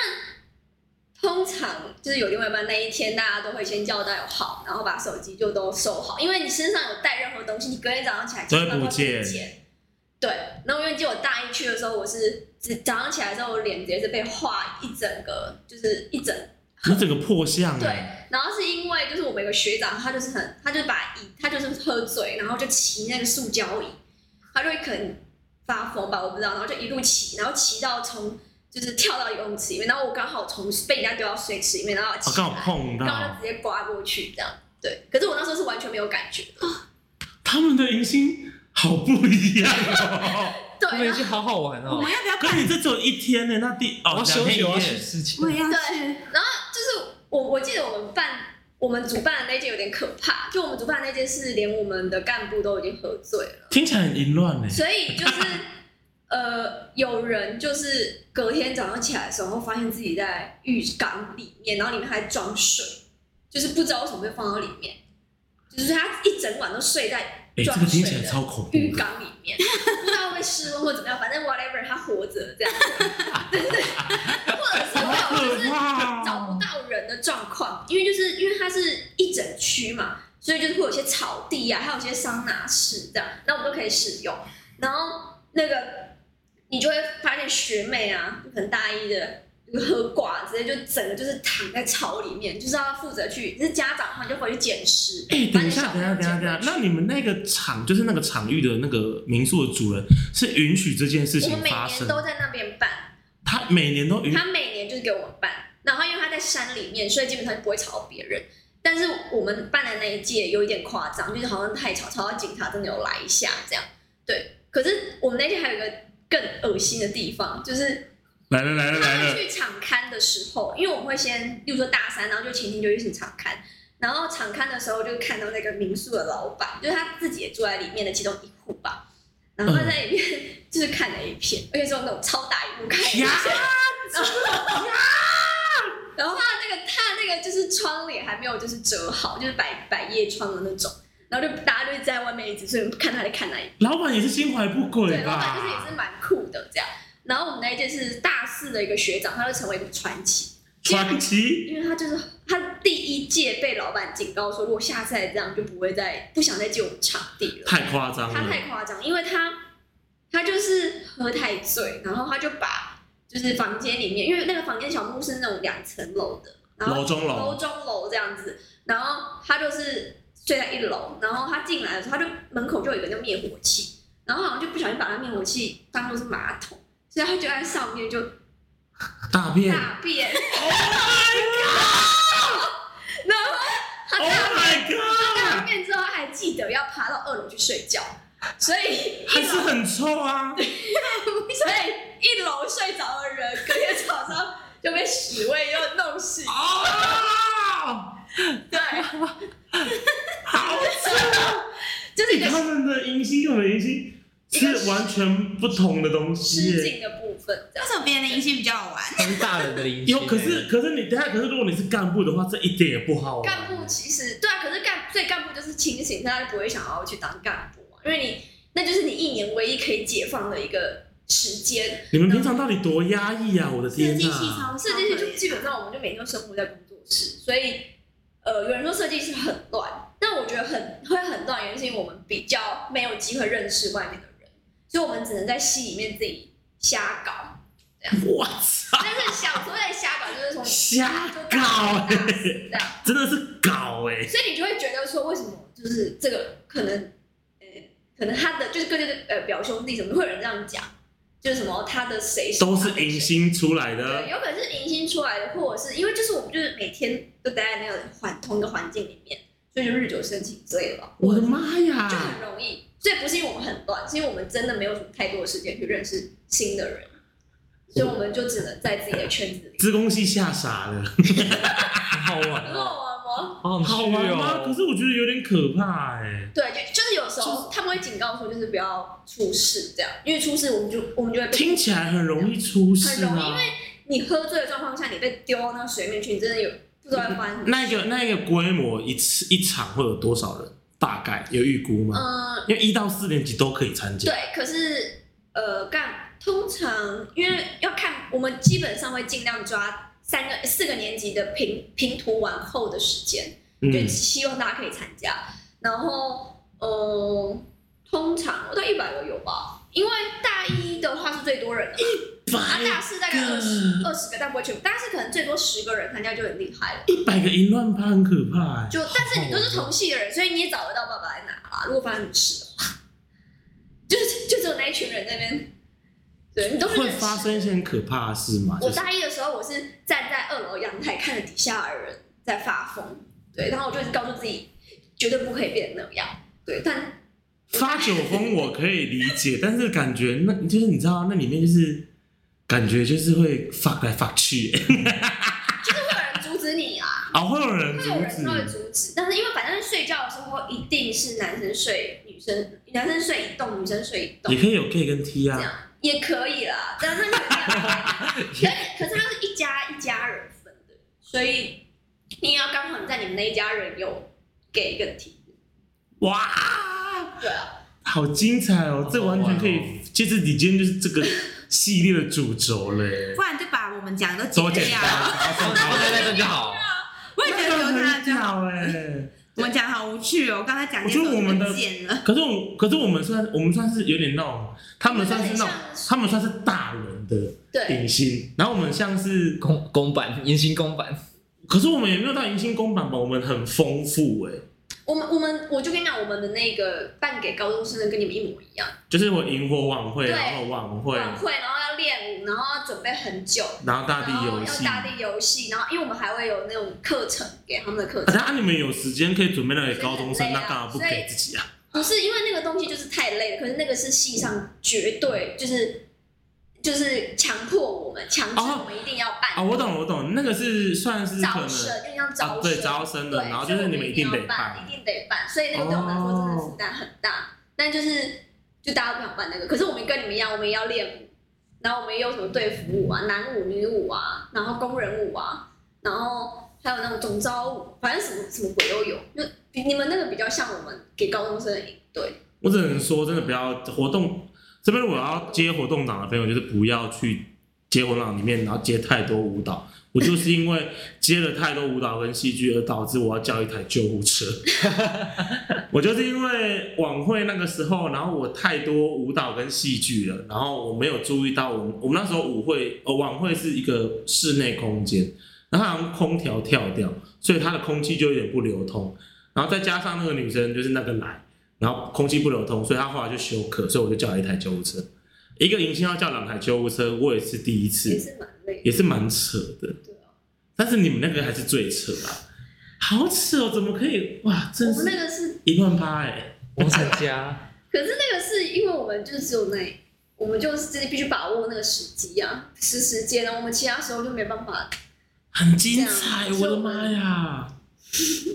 Speaker 1: 通常就是有另外一半那一天，大家都会先交代好，然后把手机就都收好，因为你身上有带任何东西，你隔天早上起来基本上
Speaker 2: 都会
Speaker 1: 会
Speaker 2: 不见
Speaker 1: 对，然后因为记得我大一去的时候，我是只早上起来之后，我脸直接是被画一整个，就是一整
Speaker 2: 你整个破相
Speaker 1: 对
Speaker 2: 哎，，
Speaker 1: 然后是因为就是我们有个学长，他就是很，他就把椅，他就是喝醉，然后就骑那个塑胶椅，他就会可能发疯吧，我不知道，然后就一路骑，然后骑到从就是跳到游泳池里面，然后我刚好从被人家丢到水池里面，然后
Speaker 2: 我
Speaker 1: 骑来，
Speaker 2: 刚好碰
Speaker 1: 然后
Speaker 2: 到
Speaker 1: 就直接刮过去这样。对，可是我那时候是完全没有感觉的。
Speaker 2: 他们的迎新好不一样 哦。
Speaker 3: 我
Speaker 1: 对，
Speaker 3: 们已
Speaker 1: 然后
Speaker 3: 经好好玩
Speaker 4: 我
Speaker 3: 哦
Speaker 4: 们。要不要
Speaker 2: 可
Speaker 4: 办？
Speaker 2: 你这只有一天呢，那第哦
Speaker 3: 我要
Speaker 2: 两
Speaker 3: 休
Speaker 2: 天
Speaker 3: 息，
Speaker 2: 一
Speaker 3: 我要去
Speaker 2: 夜，
Speaker 3: 事情。
Speaker 4: 我也要去
Speaker 1: 对。就是我我记得我们办我们主办的那件有点可怕，就我们主办的那件事，连我们的干部都已经喝醉了。
Speaker 2: 听起来很淫 乱呢。
Speaker 1: 所以就是啊呃，有人就是隔天早上起来的时候，发现自己在浴缸里面，然后里面还装水，就是不知道为什么会放到里面，就是他一整晚都睡在
Speaker 2: 哎，这
Speaker 1: 装
Speaker 2: 个
Speaker 1: 水
Speaker 2: 听起来超
Speaker 1: 的
Speaker 2: 恐怖
Speaker 1: 浴
Speaker 2: 的。
Speaker 1: 缸里面，不知道会不会失温或怎么样，反正 whatever，他活着这样， 对 对，或者是
Speaker 2: 好
Speaker 1: 会有就是
Speaker 2: 可怕
Speaker 1: 找不
Speaker 2: 哦！
Speaker 1: 到人的状况，因为就是因为它是一整区嘛，所以就是会有些草地啊，还有一些桑拿室这样，那我们都可以使用。然后那个你就会发现学妹啊，可能大一的就喝挂，直接就整个就是躺在草里面，就是要负责去，是家长的话你就回去捡尸。
Speaker 2: 哎，
Speaker 1: 把
Speaker 2: 等
Speaker 1: 你
Speaker 2: 一下，
Speaker 1: 小
Speaker 2: 等一下，
Speaker 1: 孩
Speaker 2: 等一下，
Speaker 1: 捡
Speaker 2: 等
Speaker 1: 回
Speaker 2: 一下，
Speaker 1: 去
Speaker 2: 那你们那个场，就是那个场域的那个民宿的主人，是允许这件事
Speaker 1: 我
Speaker 2: 情
Speaker 1: 们每
Speaker 2: 发
Speaker 1: 年
Speaker 2: 生？
Speaker 1: 都在那边办，
Speaker 2: 他每年都允
Speaker 1: 他每年就是给我们办，然后因为他在山里面，所以基本上就不会吵到别人。但是我们办的那一届有一点夸张，就是好像太吵，吵到警察真的有来一下这样。对，可是我们那届还有一个更恶心的地方，就是
Speaker 2: 来了来了
Speaker 1: 他
Speaker 2: 来
Speaker 1: 们
Speaker 2: 了，
Speaker 1: 去场刊的时候，因为我们会先，例如说大三，然后就前天就去请场刊，然后场刊的时候就看到那个民宿的老板，就是他自己也住在里面的其中一户吧，然后他在里面就是看了一片，而且是用那种超大荧幕看一片，
Speaker 2: 呀
Speaker 1: 然后然后他那个他那个就是窗帘还没有就是折好，就是百百叶窗的那种，然后就大家就在外面一直所以看他在看那一
Speaker 2: 老板也是心怀不轨
Speaker 1: 对，老板就是也
Speaker 2: 吧？
Speaker 1: 是蛮酷的这样。然后我们那一届是大四的一个学长，他就成为一个传奇，
Speaker 2: 传奇，
Speaker 1: 因为他就是他第一届被老板警告说，如果下次再这样就不会再不想再借我们场地了。
Speaker 2: 太夸张
Speaker 1: 他
Speaker 2: 了
Speaker 1: 太。夸张，因为他他就是喝太醉，然后他就把就是房间里面，因为那个房间小木屋是那种两层楼的，然后
Speaker 2: 楼中
Speaker 1: 楼
Speaker 2: 楼，
Speaker 1: 中楼这样子，然后他就是睡在一楼，然后他进来的时候，他就门口就有一个那灭火器，然后好像就不小心把他灭火器当做是马桶，所以他就在上面就
Speaker 2: 大便。
Speaker 1: 大便。然后他
Speaker 2: Oh
Speaker 1: 大
Speaker 2: my
Speaker 1: 他大
Speaker 2: god！
Speaker 1: 便之后，他还记得要爬到二楼去睡觉，所以
Speaker 2: 还是很臭啊！
Speaker 1: 所以一楼睡着的人，隔天早上就被屎味又弄醒。
Speaker 2: 啊！
Speaker 1: 对，
Speaker 2: 好臭！
Speaker 1: 就是一个
Speaker 2: 他们的迎新跟我们的迎新是完全不同的东西
Speaker 1: 失
Speaker 2: 耶。
Speaker 1: 禁的部分，这样
Speaker 4: 为。什么别人的迎新比较好玩？
Speaker 3: 他们大人的零
Speaker 2: 有，可是可是你等一下，可是如果你是干部的话，这一点也不好啊玩。
Speaker 1: 干部其实对啊，可是干所以干部就是清醒，他就不会想要去当干部啊嘛，因为你那就是你一年唯一可以解放的一个时间。
Speaker 2: 你们平常到底多压抑啊！我的天
Speaker 4: 设计系
Speaker 2: 呐！
Speaker 4: 超
Speaker 1: 设计系就基本上我们就每天都生活在工作室，所以呃，有人说设计系很乱，但我觉得很会很乱，原因是因为我们比较没有机会认识外面的人，所以我们只能在系里面自己瞎搞。
Speaker 2: 我操，
Speaker 1: 但是小时候在瞎搞就是从
Speaker 2: 瞎
Speaker 1: 就
Speaker 2: 搞
Speaker 1: 大
Speaker 2: 哎、
Speaker 1: 四这样。
Speaker 2: 真的是搞哎、
Speaker 1: 所以你就会觉得说，为什么就是这个可能，呃，可能他的就是各个呃表兄弟什么会有人这样讲，就是什么他的谁
Speaker 2: 都是迎，新出来
Speaker 1: 对，
Speaker 2: 的。
Speaker 1: 有可能是迎新出来的，或者是因为就是我们就是每天都待在那个环同一个环境里面，所以就日久生情之类的吧，
Speaker 2: 我的妈
Speaker 1: 就
Speaker 2: 呀！
Speaker 1: 很容易。所以不是因为我们很乱，是因为我们真的没有什么太多的时间去认识新的人， 所以我们就只能在自己的圈子里。
Speaker 2: 自工系吓傻了，
Speaker 3: 好玩
Speaker 1: 很好啊
Speaker 3: 哦，
Speaker 1: 玩吗？
Speaker 3: 好
Speaker 2: 好
Speaker 3: 想去
Speaker 2: 玩吗？可
Speaker 3: 哦。
Speaker 2: 是我觉得有点可怕哎、
Speaker 1: 对，就就是有时候他们会警告说，就是不要出事这样，因为出事我们就我们就会被
Speaker 2: 听起来很容易出
Speaker 1: 很
Speaker 2: 事
Speaker 1: 容易，因
Speaker 2: 啊
Speaker 1: 为。你喝醉的状况下，你被丢到那个水面去，你真的有不知道会发生什么。
Speaker 2: 那个那个规模一次一场会有多少人？大概有预估吗？
Speaker 1: 嗯，
Speaker 2: 因为一到四年级都可以参加。
Speaker 1: 对，可是呃，干通常因为要看，我们基本上会尽量抓三个四个年级的评评图完后的时间。就
Speaker 2: 嗯，
Speaker 1: 希望大家可以参加。然后，嗯，通常我到一百个有吧，因为大一的话是最多人的嘛，啊，
Speaker 2: 百
Speaker 1: 大四大概二十二十个，但不会全部，大四可能最多十个人参加就很厉害了。
Speaker 2: 一百个淫乱趴很可怕哎、
Speaker 1: 就但是你都是同系的人，所以你也找得到爸爸来拿啦。如果发生什么事的话， 就是就只有那一群人在那边，对你都是
Speaker 2: 会
Speaker 1: 认识
Speaker 2: 发生一些很可怕的事吗？就
Speaker 1: 我
Speaker 2: 是
Speaker 1: 大一的时候，我是站在二楼阳台看着底下的人在发疯，对，然后我就一直告诉自己，绝对不可以变成那样，对，但
Speaker 2: 发酒疯我可以理解，但是感觉那就是你知道那里面就是感觉就是会 fuck 来 fuck 去、欸，
Speaker 1: 就是会有人阻止你啊，
Speaker 2: 啊会有人
Speaker 1: 会
Speaker 2: 阻
Speaker 1: 有人
Speaker 2: 止
Speaker 1: 稍微阻止，但是因为反正睡觉的时候一定是男生睡女生，男生睡一栋，女生睡一
Speaker 2: 你，
Speaker 1: 栋
Speaker 2: 也，可以有 gay 跟 T
Speaker 1: 这
Speaker 2: 啊，
Speaker 1: 样也可以啦，但是那 个可可是它是一家一家人分的，所以你也要刚好你在你们那一家人有给一个题，
Speaker 2: 哇，
Speaker 1: 对啊。
Speaker 2: 好精彩哦！这完全可
Speaker 3: 好玩
Speaker 2: 以，其实你今天就是这个系列的主轴 嘞
Speaker 4: 不，然就把我们讲的
Speaker 2: 周
Speaker 4: 都剪
Speaker 2: 简
Speaker 4: 掉
Speaker 2: 单，。
Speaker 3: 放
Speaker 1: 啊
Speaker 3: 在那边就好，
Speaker 4: 我也觉得留他就好。
Speaker 2: 好哎、
Speaker 4: 我们讲得好无趣哦，刚才讲
Speaker 2: 我觉得我们的
Speaker 4: 剪了，
Speaker 2: 可是我，可是我们算，我们算是有点那种，他们算是那种
Speaker 1: 我们有点像，
Speaker 2: 他们算是大人的
Speaker 1: 对，
Speaker 2: 影星，然后我们像是
Speaker 3: 公公版，迎新公版，
Speaker 2: 可是我们也没有到迎新公版吧，我们很丰富哎、
Speaker 1: 我们我们我就跟你讲，我们的那个办给高中生的跟你们一模一样，
Speaker 2: 就是我萤火晚会，
Speaker 1: 对
Speaker 2: 然后晚会，
Speaker 1: 晚会，然后要练舞，然后要准备很久，
Speaker 2: 然后大地
Speaker 1: 然后
Speaker 2: 游
Speaker 1: 要
Speaker 2: 戏。
Speaker 1: 大地游戏，然后因为我们还会有那种课程给他们的课
Speaker 2: 可是
Speaker 1: 程，
Speaker 2: 啊，你们有时间可以准备那给高中生，
Speaker 1: 所以很累啊
Speaker 2: 那干嘛不给自己啊？
Speaker 1: 不是因为那个东西就是太累了，可是那个是系上绝对就是就是强迫我们，强制我们一定要办，
Speaker 2: 啊，我懂，我懂，那个是算是可
Speaker 1: 招
Speaker 2: 能
Speaker 1: 生，就像
Speaker 2: 啊，
Speaker 1: 招
Speaker 2: 对
Speaker 1: 生，
Speaker 2: 招生的，
Speaker 1: 对
Speaker 2: 然后就是
Speaker 1: 所以
Speaker 2: 你们
Speaker 1: 们
Speaker 2: 一定得
Speaker 1: 要办，一定得办，所以那个对我们来说真的负担很大。但就是就大家都不想办那个，可是我们跟你们一样，我们也要练舞，然后我们也有什么队服舞啊、男舞、女舞啊，然后工人舞啊，然后还有那种总招舞，反正什么什么鬼都有。就比你们那个比较像我们给高中生的营队，
Speaker 2: 我只能说，真的不要活动这边，我要接活动党的朋友，就是不要去接活动党里面，然后接太多舞蹈。我就是因为接了太多舞蹈跟戏剧，而导致我要叫一台救护车。我就是因为晚会那个时候，然后我太多舞蹈跟戏剧了，然后我没有注意到我们我们那时候舞会呃晚会是一个室内空间，然后好像空调跳掉，所以它的空气就有点不流通，然后再加上那个女生就是那个来，然后空气不流通，所以她后来就休克，所以我就叫了一台救护车。一个迎新要叫两台救护车，我也是第一次
Speaker 1: 也，是蛮累的。
Speaker 2: 也是蛮扯的。
Speaker 1: 对啊
Speaker 2: 但是你们那个还是最扯啊，好扯哦，怎么可以哇？真
Speaker 1: 我们
Speaker 2: 是
Speaker 1: 那个是，
Speaker 2: 一万八哎！
Speaker 3: 我参加，
Speaker 1: 可是那个是因为我们就只有那，我们就是真的必须把握那个时机啊，时时间啊，我们其他时候就没办法
Speaker 2: 很精彩，
Speaker 1: 这样
Speaker 2: 我的妈呀！
Speaker 1: 所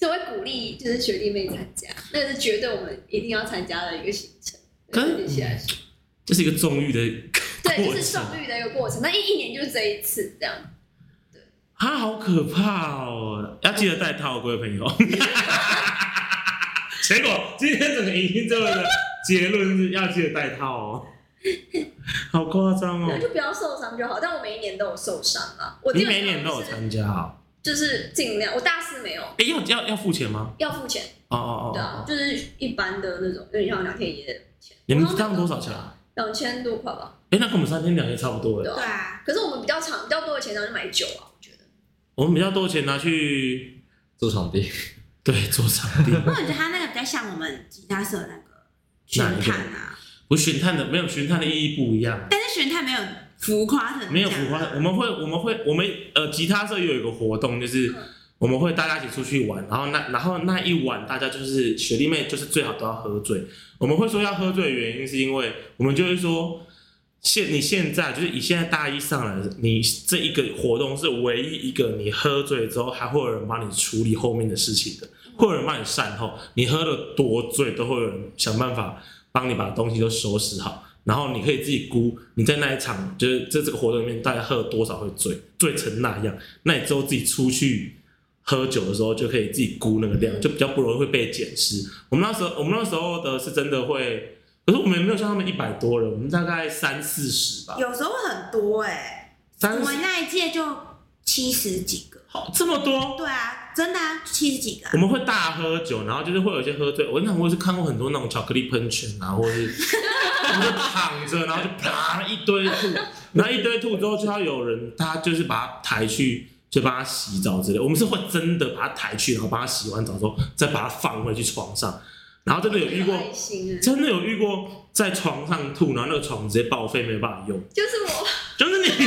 Speaker 1: 以我会鼓励就是学弟妹参加，那个是绝对我们一定要参加的一个行程。
Speaker 2: 可是嗯
Speaker 1: 对学弟来说，
Speaker 2: 这是一个纵欲的
Speaker 1: 对，就
Speaker 2: 过程
Speaker 1: 是送育的一个过程，那一一年就是这一次这样。
Speaker 2: 啊，好可怕哦！要记得带套，各位朋友。 结果今天整个迎新之后的结论是要记得带套哦， 好夸张
Speaker 1: 那
Speaker 2: 哦！
Speaker 1: 就不要受伤就好，但我每一年都有受伤啊。我
Speaker 2: 你
Speaker 1: 基本
Speaker 2: 每
Speaker 1: 上
Speaker 2: 年都有
Speaker 1: 是
Speaker 2: 参加哦？
Speaker 1: 就是尽量。我大四没有，
Speaker 2: 哎，要要要付钱吗？
Speaker 1: 要付钱，
Speaker 2: 哦哦
Speaker 1: 对啊
Speaker 2: 哦，，
Speaker 1: 就是一般的那种，有点像两天一夜的钱。
Speaker 2: 你们这样多少钱啊？
Speaker 1: 两千多块吧。
Speaker 2: 哎，那跟我们三天两夜差不多哎
Speaker 1: 对。
Speaker 4: 对
Speaker 1: 啊。
Speaker 4: 啊，
Speaker 1: 可是我们比较长、比较多的钱，然后就买酒啊，我觉得。
Speaker 2: 我们比较多钱拿去
Speaker 3: 做场地，
Speaker 2: 对做场地，
Speaker 4: 不过我觉得他那个比较像我们吉他社那个巡探啊，
Speaker 2: 不是巡探的，没有巡探的意义不一样，
Speaker 4: 但是巡探没有浮夸成这样
Speaker 2: 没有浮夸。我们会，我们会，我们呃，吉他社有一个活动，就是
Speaker 1: 嗯
Speaker 2: 我们会大家一起出去玩，然后那然后那一晚大家就是学弟妹，就是最好都要喝醉。我们会说要喝醉的原因，是因为我们就会说。现你现在就是以现在大一上来，你这一个活动是唯一一个你喝醉之后还会有人帮你处理后面的事情的，
Speaker 4: 嗯
Speaker 2: 会有人帮你善后。你喝的多醉都会有人想办法帮你把东西都收拾好，然后你可以自己估你在那一场就是在这个活动里面大概喝了多少会醉，醉成那样，那你之后自己出去。喝酒的时候就可以自己估那个量，就比较不容易会被捡尸。我们那时候，我们那时候的是真的会，可是我们也没有像他们一百多人，我们大概三四十吧。
Speaker 4: 有时候很多哎、
Speaker 2: 三
Speaker 4: 我
Speaker 2: 十
Speaker 4: 们那一届就七十几个，
Speaker 2: 好这么多，
Speaker 4: 对啊，真的啊，七十几个啊、
Speaker 2: 我们会大喝酒，然后就是会有一些喝醉。我那我是看过很多那种巧克力喷泉啊，或者是我们就躺着，然后就啪一堆吐，然后一堆吐之后就要有人，他就是把它抬去。就帮他洗澡之类，我们是会真的把它抬去，然后帮他洗完澡之后，再把它放回去床上。然后真的有遇过
Speaker 1: 很有爱心哎
Speaker 2: 真的有遇过在床上吐，然后那个床直接报废，没办法用，
Speaker 1: 就是我，
Speaker 2: 就是你，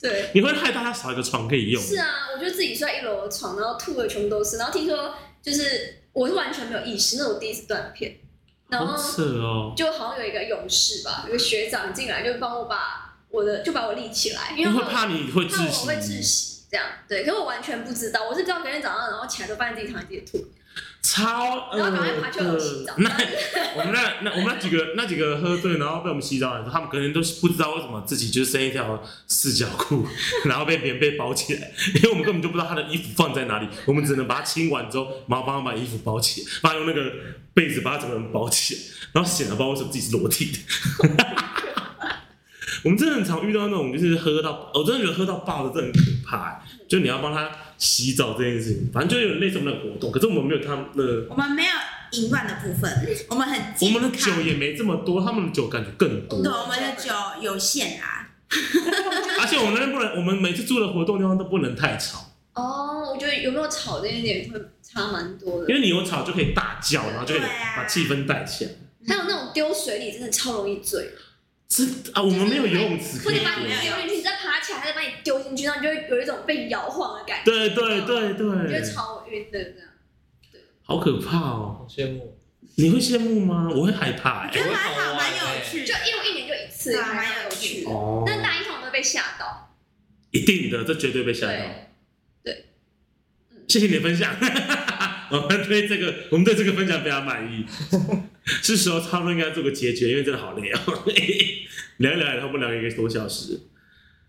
Speaker 1: 对，
Speaker 2: 你会害到他少一个床可以用。
Speaker 1: 是啊，我就自己睡在一楼的床，然后吐的全部都是，然后听说就是我是完全没有意识，那是我第一次断片，然
Speaker 2: 好
Speaker 1: 后
Speaker 2: 扯哦！
Speaker 1: 就好像有一个勇士吧，有个学长进来就帮我把我的就把我立起来，因
Speaker 2: 因
Speaker 1: 为
Speaker 2: 为
Speaker 1: 他
Speaker 2: 会
Speaker 1: 们
Speaker 2: 怕你会
Speaker 1: 怕
Speaker 2: 窒
Speaker 1: 我会窒
Speaker 2: 息，
Speaker 1: 息这样，对，可是我完全不知道，我是知道隔天早上然后起来都发现自己躺在自己的吐，
Speaker 2: 超
Speaker 1: 然后
Speaker 2: 恶
Speaker 1: 赶快爬去楼洗澡
Speaker 2: 的。那 我们那那我们那几个那几个喝醉，然后被我们洗澡的时候，他们可能都不知道为什么自己就是剩一条四角裤， 然后被别人被包起来，因为我们根本就不知道他的衣服放在哪里，我们只能把它清完之后，然后帮他把衣服包起来，帮他用那个被子把他整个人包起来，然后显然不知道为什么自己是裸体的。 我们真的很常遇到那种，就是喝到，我真的觉得喝到爆的，真的很可怕、欸。就你要帮他洗澡这件事情，反正就有点类似我们的活动，可是我们没有他们的，
Speaker 4: 我们没有淫乱的部分，我们很
Speaker 2: 我
Speaker 4: 健
Speaker 2: 们的
Speaker 4: 康
Speaker 2: 酒也没这么多，他们的酒感觉更多。
Speaker 4: 对，我们的酒有限啊，
Speaker 2: 而且我们那边不能，我们每次住的活动地方都不能太吵，
Speaker 1: 哦，我觉得有没有吵这一点会差蛮多的
Speaker 2: 因。为你有吵就可以大叫，然后就可以
Speaker 4: 对啊
Speaker 2: 把气氛带起来。
Speaker 1: 还有那种丢水里真的超容易醉，
Speaker 2: 真的啊，我们没有游泳池
Speaker 1: 或
Speaker 2: 可以
Speaker 1: 者
Speaker 2: 游
Speaker 1: 把你
Speaker 4: 没有
Speaker 1: 丢进去，再爬起来，再把你丢进去，然后你就会有一种被摇晃的感觉，
Speaker 2: 对对对
Speaker 1: 我觉
Speaker 2: 对
Speaker 1: 得，超晕的这样。
Speaker 2: 好可怕哦！
Speaker 3: 好羡慕，
Speaker 2: 你会羡慕吗？我会害怕
Speaker 4: 我
Speaker 2: 哎、
Speaker 4: 觉得还
Speaker 3: 好
Speaker 4: 好，
Speaker 3: 玩
Speaker 4: 蛮
Speaker 3: 欸
Speaker 4: 有趣
Speaker 1: 就
Speaker 4: 的。
Speaker 1: 因为一年就一次，
Speaker 4: 对啊
Speaker 1: 蛮有趣的。
Speaker 2: 哦
Speaker 1: 但大一通常都被吓到，
Speaker 2: 一定的，这绝对被吓到。
Speaker 1: 对，
Speaker 2: 谢谢你的分享， 我们对这个，我们对这个分享非常满意。是时候差不多应该做个结局，因为真的好累哦。 聊一聊，差不多聊一个多小时。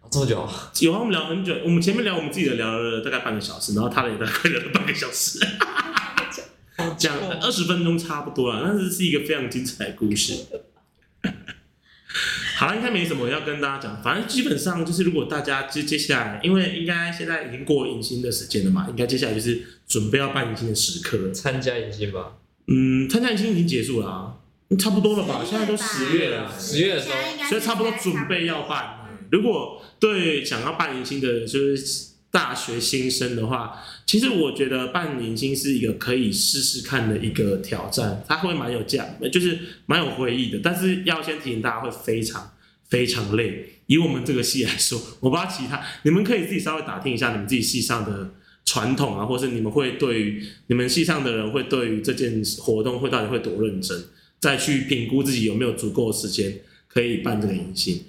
Speaker 3: 哦这么久，
Speaker 2: 有啊，我们聊很久，我们前面聊我们自己的聊了大概半个小时，然后他的也大概聊了半个小时， 讲
Speaker 3: 哦
Speaker 2: 二十分钟差不多了。但是是一个非常精彩的故事。 好了，应该没什么要跟大家讲，反正基本上就是，如果大家接接下来，因为应该现在已经过迎新的时间了嘛，应该接下来就是准备要办迎新的时刻了。
Speaker 3: 参加迎新吧，
Speaker 2: 嗯，参加已经已经结束了、啊，差不多了吧？现在都十月了，
Speaker 3: 十月的时候
Speaker 4: 现在应该是
Speaker 2: 所以差不多准备要办了。如果对想要办迎新的，就是大学新生的话，其实我觉得办迎新是一个可以试试看的一个挑战，它会蛮有价，就是蛮有回忆的。但是要先提醒大家，会非常非常累。以我们这个系来说，我不知道其他，你们可以自己稍微打听一下你们自己系上的传统啊，或是你们会对于你们系上的人会对于这件活动会到底会多认真，再去评估自己有没有足够的时间可以办这个迎新。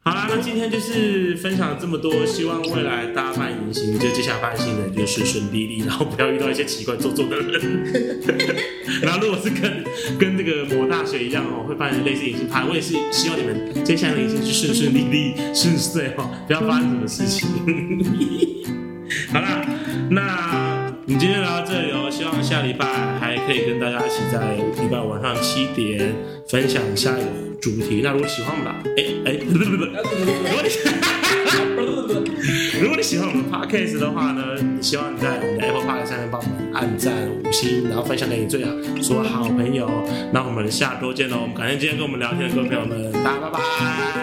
Speaker 2: 好啦，那今天就是分享这么多，希望未来大家办迎新，就接下来办新的就是顺顺利利，然后不要遇到一些奇怪做作的人。 然后如果是跟跟这个某大学一样哦，会办类似迎新派，我也是希望你们接下来的迎新是顺顺利利、顺遂哦，不要发生什么事情。 好啦，那我们今天聊到这里哦，希望下礼拜还可以跟大家一起在礼拜五晚上七点分享下一个主题。那如果喜欢我们的，哎哎，不不不不。如果你 如果你喜欢我们的 podcast 的话呢，希望你在我们的 Apple Podcast 上面帮我们按赞五星，然后分享给你最好所有好朋友。那我们下周见喽！我们感谢今天跟我们聊天的各位朋友们，大家拜拜。